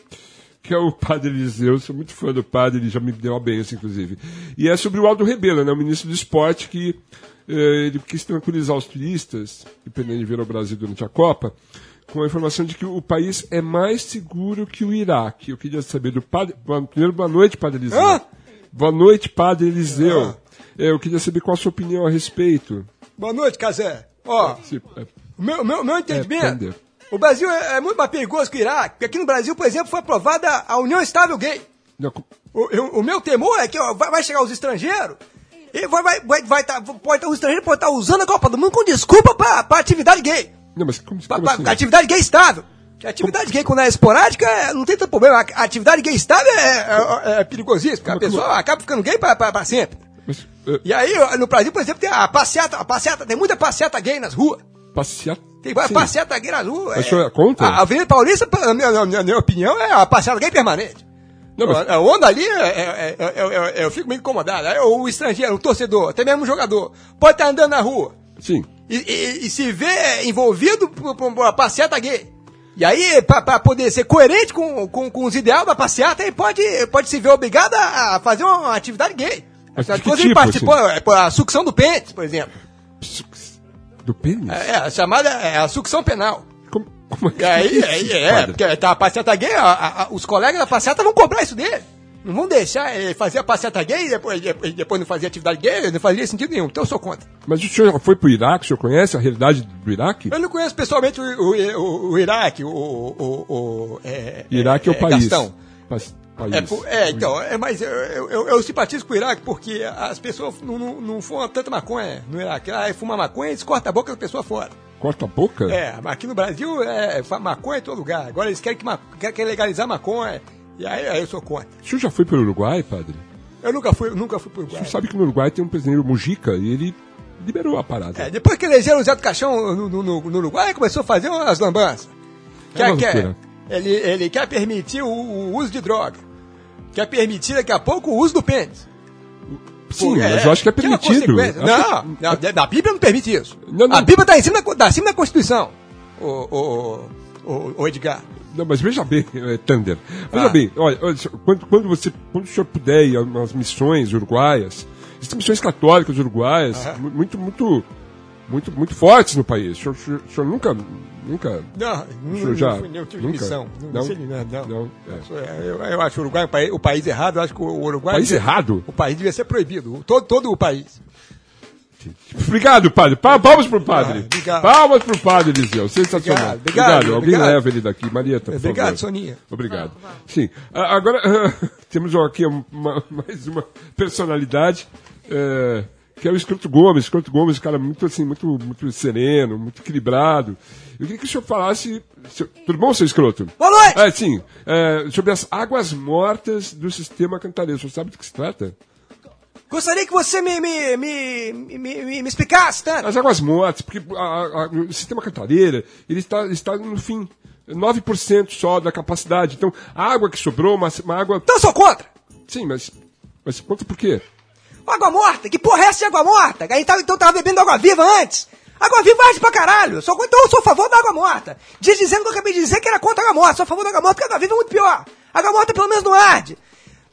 que é o Padre Eliseu. Sou muito fã do Padre, ele já me deu a benção, inclusive. E é sobre o Aldo Rebelo, né? O ministro do esporte que eh, ele quis tranquilizar os turistas, que pretendem vir ao Brasil durante a Copa, com a informação de que o país é mais seguro que o Iraque. Eu queria saber do Padre... Bom, Primeiro, boa noite, Padre Eliseu. Boa noite, Padre Eliseu. É, eu queria saber qual a sua opinião a respeito. Boa noite, Cazé. Ó, Se- é, o meu, meu, meu É, entendimento, entendeu. o Brasil é, é muito mais perigoso que o Iraque. Porque aqui no Brasil, por exemplo, foi aprovada a União Estável Gay. não, co- O, eu- o meu temor é que ó, vai, vai chegar os estrangeiros e vai, vai, vai, vai tá, pode, tá- os estrangeiros podem estar usando a Copa do Mundo com desculpa pra, pra atividade gay. não, mas como, Pra, como pra- assim? Atividade gay é estável. Que Atividade gay, quando é esporádica, é, não tem tanto problema. A Atividade gay estável é, é, é perigosíssima, porque a Como- é? como- pessoa acaba ficando gay pra, pra, pra sempre. Mas, é, E aí, ó, no Brasil, por exemplo, tem a passeata, a passeata, tem muita passeata gay nas ruas. passeata... Tem várias Sim. passeata gay nas ruas. é. Mas o senhor é conta? A Avenida Paulista, pa- na minha, na minha- na minha opinião, é a passeata gay permanente. Não, mas- A- a onda ali, é- é- é- é- eu, eu- eu fico meio incomodado. Aí, O estrangeiro, o torcedor, até mesmo o jogador, pode estar andando na rua. Sim. e, e- e se vê envolvido por por uma passeata gay. E aí, pra, pra poder ser coerente com, com, com os ideais da passeata, ele pode, pode se ver obrigado a a fazer uma atividade gay. Mas Atividade que coisa ele tipo, participou, é, pô, a sucção do pênis, por exemplo. Do pênis? É, é, a chamada é a sucção penal. Como, como é que E aí, isso, aí é, padre? porque tá, a passeata gay, a- a- a- os colegas da passeata vão cobrar isso dele. Não vão deixar ele fazer a passeata gay e depois, e depois não fazer atividade gay, não fazia sentido nenhum. Então eu sou contra. Mas o senhor foi pro Iraque, o senhor conhece a realidade do Iraque? Eu não conheço pessoalmente o, o- o- o Iraque, o. o, o- é, Iraque é, o país. Gastão. Pas- país. É, po- é, então, é, mas eu, eu, eu- eu simpatizo com o Iraque porque as pessoas não, não, não fumam tanta maconha no Iraque. Lá fuma maconha e corta a boca da pessoa fora. Corta a boca? É, mas aqui no Brasil é fa- maconha em todo lugar. Agora eles querem, que ma- querem- querem legalizar maconha. E aí, aí eu sou contra. O senhor já foi pro Uruguai, padre? Eu nunca fui, nunca fui pro O senhor Uruguai. sabe que no Uruguai tem um prisioneiro Mujica e ele liberou a parada. É, depois que elegeram o Zé do Caixão no, no- no- no Uruguai, começou a fazer umas lambanças. Quer, É uma quer, loucura. ele, ele quer permitir o, o uso de droga. Quer permitir daqui a pouco o uso do pênis. Sim, Pô, mas eu acho que é uma permitido. consequência. Acho que- Não, não, na, Bíblia não permite isso. Não, não. A Bíblia está em cima da, tá em cima da Constituição, o, o, Edgar. Não, mas veja bem, é, Thunder. Veja Ah. bem, olha, olha só, quando, quando você, quando o senhor puder ir a umas missões uruguaias, existem missões católicas uruguaias mu- muito, muito, muito, muito fortes no país. O senhor, o senhor- o senhor nunca, nunca. Não, o não, senhor já. não fui nem eu tive nunca? missão. Não, Não? sei de nada, não. Não, é. Eu, eu acho o Uruguai um país- o país errado, eu acho que o Uruguai. País errado? O país devia ser proibido. o- Todo, todo o país. Obrigado, padre. Pa- Palmas pro padre. Obrigado. Palmas pro padre, Eliseu. Sensacional. Obrigado, obrigado, Alguém obrigado. leva ele daqui, Marieta. Por Obrigado, favor. Soninha. Obrigado. Sim. Ah, Agora ah, temos aqui uma- mais uma personalidade. eh, que é o Escroto Gomes. Escroto Gomes, cara, muito assim, muito, muito sereno, muito equilibrado. Eu queria que o senhor falasse. seu- tudo bom, seu escroto? Boa noite! É, sim. eh, sobre as águas mortas do sistema cantareiro. O senhor sabe do que se trata? Gostaria que você me, me, me, me, me- me explicasse, tanto. As águas mortas, porque a- a- o sistema cantareira ele está, está no fim. 9% só da capacidade. Então, a água que sobrou, uma, uma água. Então eu sou contra. Sim, mas. Mas conta por quê? Água morta? Que porra é essa de água morta? Aí tá- então tava bebendo água viva antes. Água viva arde pra caralho. Só, então eu sou a favor da água morta. Diz dizendo que eu acabei de dizer que era contra a água morta. Sou a favor da água morta porque a água viva é muito pior. A água morta pelo menos não arde.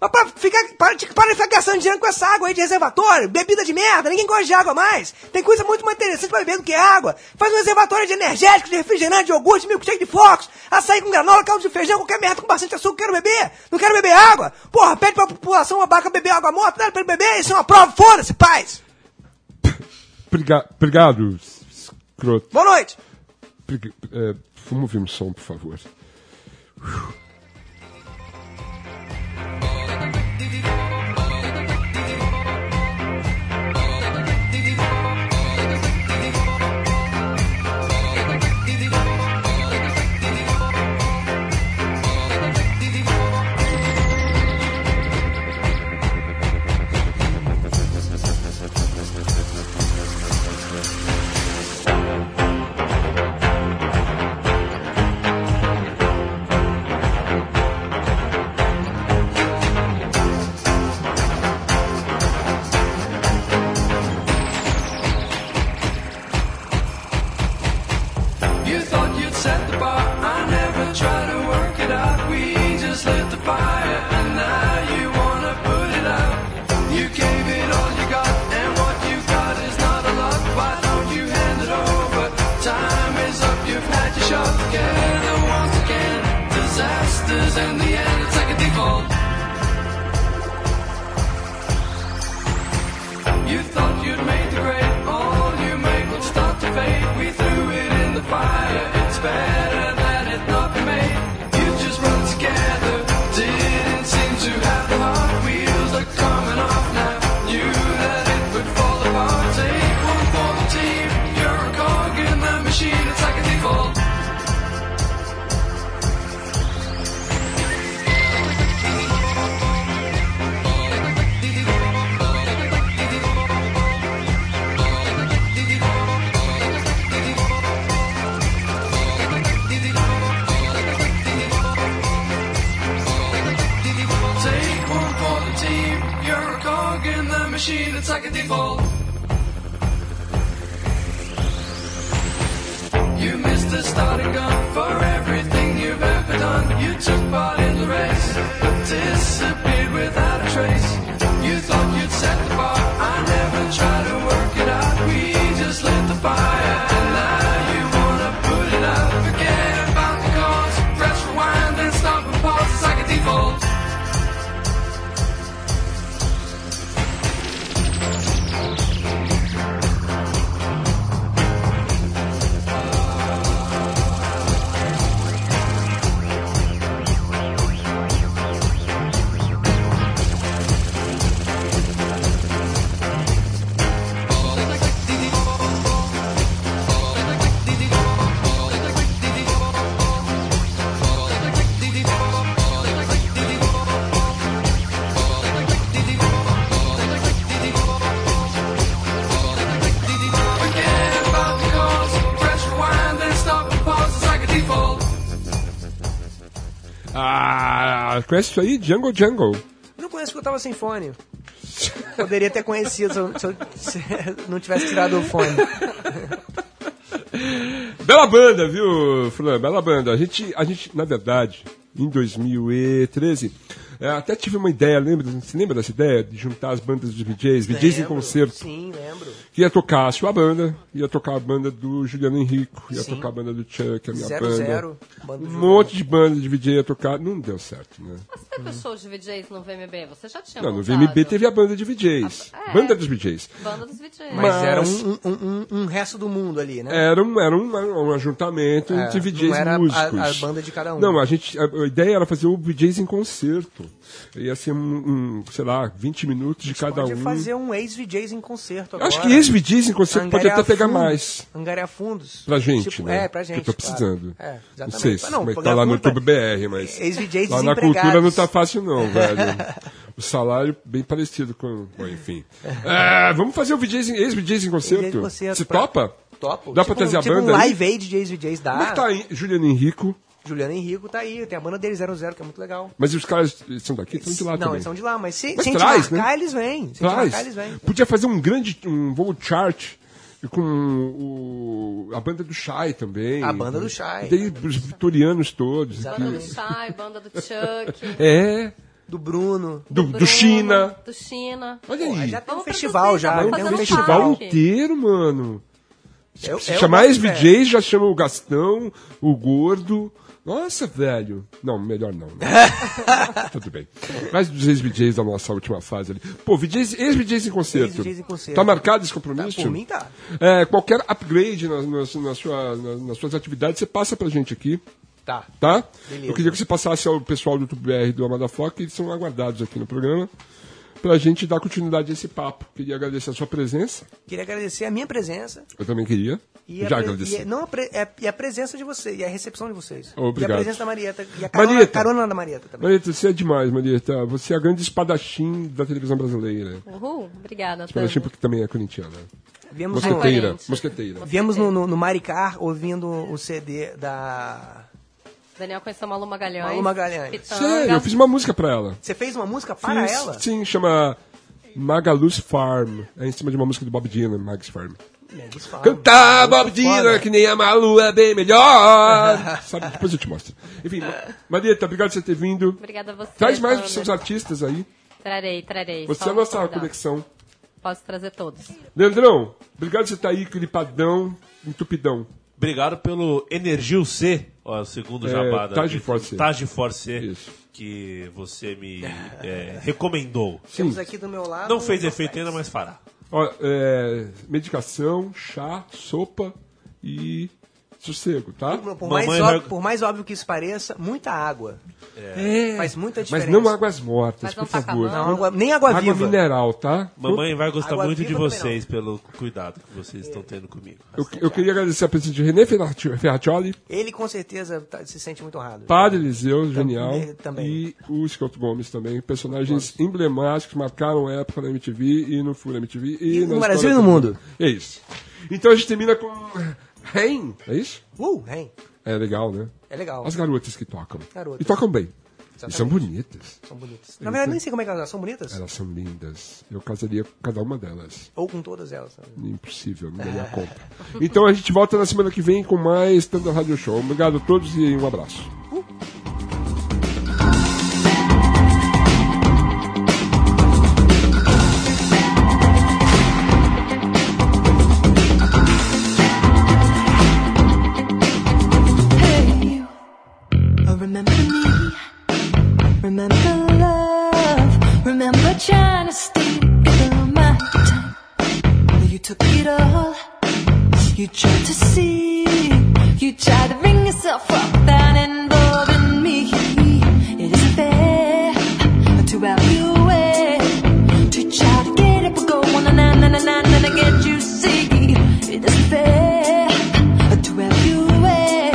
Mas pra ficar, para, de- para de ficar gastando dinheiro com essa água aí de reservatório, bebida de merda, ninguém gosta de água mais. Tem coisa muito mais interessante pra beber do que água. Faz um reservatório de energéticos, de refrigerante, de iogurte, milkshake de focos, açaí com granola, caldo de feijão, qualquer merda com bastante açúcar, quero beber. Não quero beber água. Porra, pede pra população abaca beber água morta, não era pra ele beber, isso é uma prova, foda-se, paz. Briga- Obrigado, escroto. Boa noite. Briga- eh, vamos ouvir um som, por favor. You thought you'd set the bar. I never tried to work it out. We just lit the fire, and now you wanna put it out. You gave it all you got, and what you got is not a lot. Why don't you hand it over? Time is up. You've had your shot together once again. Disasters in the end. It's like a default. You thought you'd made the grade, all you made would start to fade. We threw it in the fire, it's better that it not be made. You just run together, didn't seem to have the heart. Wheels are coming off now, knew that it would fall apart. Take one for the team, you're a cog in the machine, it's like a default. Take one for the team, you're a cog in the machine, it's like a default. Ah, conhece isso aí? Jungle Jungle. Não conheço porque eu tava sem fone. Poderia ter conhecido se eu, se eu- se eu não tivesse tirado o fone. Bela banda, viu, Fran? Bela banda. A gente, a gente na verdade, em 2013, é, até tive uma ideia, lembra? Você lembra dessa ideia? De juntar as bandas dos DJs, DJs em Lembro. concerto. Sim, lembro. Que ia tocar a sua banda, ia tocar a banda do Juliano Henrico, ia tocar a banda do Chuck, a minha Zero, banda. zero, banda um do monte de banda de DJ ia tocar. Não deu certo, né? Mas foi pro show de VJs no VMB? Você já tinha Não, no montado? VMB teve a banda de VJs. Ah, é. Banda dos VJs. Banda dos VJs. Mas, Mas- era um, um, um, um resto do mundo ali, né? Era um, era um, um ajuntamento de VJs É, não era a- músicos. a banda de cada um. Não, a gente. A, a ideia era fazer o VJs em concerto. Ia ser um, um, sei lá, 20 minutos de cada Podia um. fazer um ex-VJs em concerto agora. Acho que esse VJs em concerto pode Angariar até pegar fundos. mais. Angariar fundos. Pra gente, Tipo, né? É, pra gente. Que eu tô claro. precisando. É, Não exatamente. sei se Mas não, vai estar pagar lá no fundo, YouTube BR, mas. Ex-VJs Lá na desempregados. cultura não tá fácil, não, velho. O salário bem parecido com. Bom, enfim. É, vamos fazer o VJs em- ex-VJs em VJs em concerto? concerto, Se pra- topa? Topo. Dá pra tipo, trazer um, a tipo banda? um aí? live aid de ex-VJs da Como é que tá aí, Juliano Henrico? Juliano Henrico tá aí. Tem a banda dele 00, que é muito legal. Mas os caras eles são daqui, são de lá não, também. eles são de lá, mas se, Mas se a gente traz, marcar, né? eles vêm. Se a gente Traz. marcar, eles vêm. Podia fazer um grande um voo chart com o, a banda do Shai também. A banda do Shai. Tem os vitorianos todos. Banda do Shai, banda do Chuck. É, Do Bruno. do, do Bruno, China. Do China. Olha aí. Já tem um Vamos festival produzir, já. vamos já tem um fazer um festival rock. inteiro, mano. Eu- Se eu é. chamar boto esse fé. VJs, já chama o Gastão, o Gordo. Nossa, velho. Não, melhor não. né? Tudo bem. Mais dos ex-VJs da nossa última fase ali. Pô, VJs, ex-VJs em concerto. Ex-VJs em concerto. Tá marcado esse compromisso? Por mim tá. É, qualquer upgrade na, na- na sua- na- nas suas atividades, você passa pra gente aqui, Tá. tá? Beleza. Eu queria que você passasse ao pessoal do YouTube BR e do Amada Foca, que eles são aguardados aqui no programa, pra gente dar continuidade a esse papo. Queria agradecer a sua presença, Queria agradecer a minha presença. eu também queria. E a, Já pre- agradeci. E, a- não, a pre- e a- e a presença de vocês, e a recepção de vocês. Obrigado. E a presença da Marieta. E a carona, Marieta. carona da Marieta também. Marieta, você é demais, Marieta. Você é a grande espadachim da televisão brasileira. Uhul, obrigada, Espadachim Tami. porque também é corintiana. Viemos, no, Mosqueteira. Coerente. Mosqueteira. viemos um- no, no, no Maricar ouvindo o CD da. Daniel conheceu Malu Magalhães. Malu Magalhães. Pitanga. Sério, eu fiz uma música pra ela. Você fez uma música Ah, para Fiz, ela? Sim, chama Magaluz Farm. É em cima de uma música do Bob Dylan, Magaluz Farm. Eles falam. Cantar Bob Dylan, foda. que nem a Malu é bem melhor. Sabe, depois eu te mostro. Enfim, Ma- Marieta, obrigado por você ter vindo. Obrigada a você. Traz mais Tami. dos seus artistas aí. Trarei, trarei. Você Só é a nossa convidar. conexão. Posso trazer todos. Leandrão, obrigado por você estar aí, gripadão, entupidão. Obrigado pelo Energil C, ó, o segundo É, jabá da Taj Force. Taj Force, Isso. que você me é, recomendou. Temos aqui do meu lado. Não fez efeito ainda, mas fará. Ó, é, medicação, chá, sopa e sossego, tá? Por mais, Mamãe é óbvio, vai- por mais óbvio que isso pareça, muita água. É, Faz muita mas diferença. não águas mortas, Mas não por favor. tá Não, água- nem água, Água viva. mineral, tá? Mamãe vai gostar Água muito de viva também vocês pelo cuidado que vocês estão tendo comigo. Eu, eu tá queria agradecer a presença de René Ferrati- Ferratioli, Ele com certeza tá- se sente muito honrado. Padre Eliseu, genial, né, também. e o Scott Gomes também, personagens emblemáticos, marcaram a época na MTV e no Fura MTV e, E na no história Brasil e do no mundo. É isso. Então a gente termina com Rain, é isso? Uh, hein? É legal, né? É legal. As garotas que tocam. Garotas. E tocam bem. E são bonitas. São bonitas. Na verdade, nem sei como é que elas são bonitas. Elas são lindas. Eu casaria com cada uma delas. Ou com todas elas. né? Impossível, não daria conta. Então a gente volta na semana que vem com mais Tanda Rádio Show. Obrigado a todos e um abraço. Oh, remember me. Remember love. Remember trying to stay through my time. Well, you took it all. You tried to see. You tried to bring yourself up without involving me. It isn't fair to have you away. To try to get up and go on and on and on and on and get you see. It isn't fair to have you away.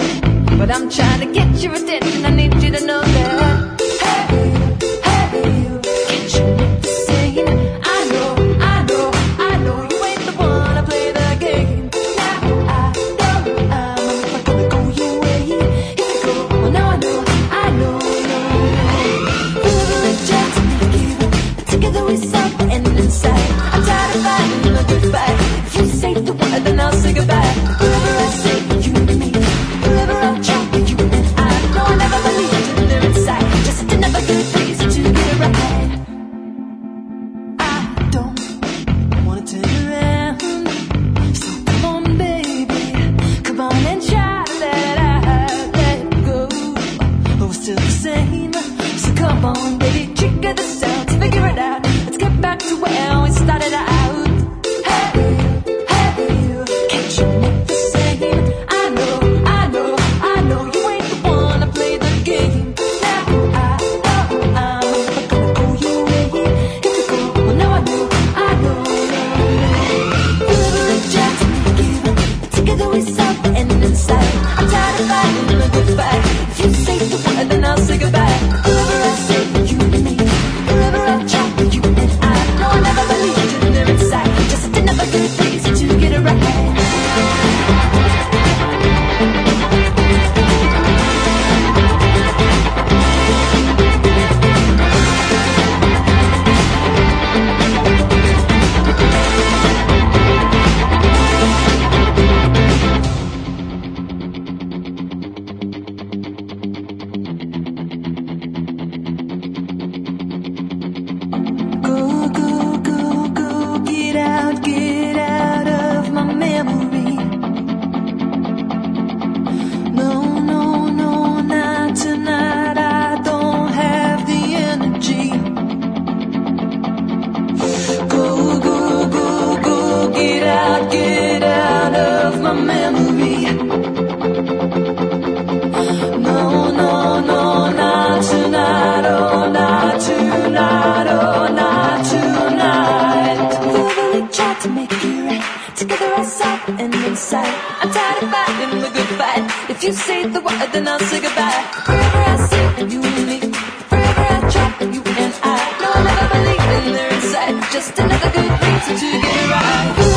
But I'm trying to get your attention. I need you to know that. Hey, hey, can't you make the scene? I know, I know, I know you ain't the one to play the game. Now I Oh, know I'm not gonna go your way. If you go, well, now I know, I know, no, oh, you say the word, then I'll say goodbye. Forever I see you and me. Forever I try you and I. No, I'll never believe in their inside. Just another good reason to get it right.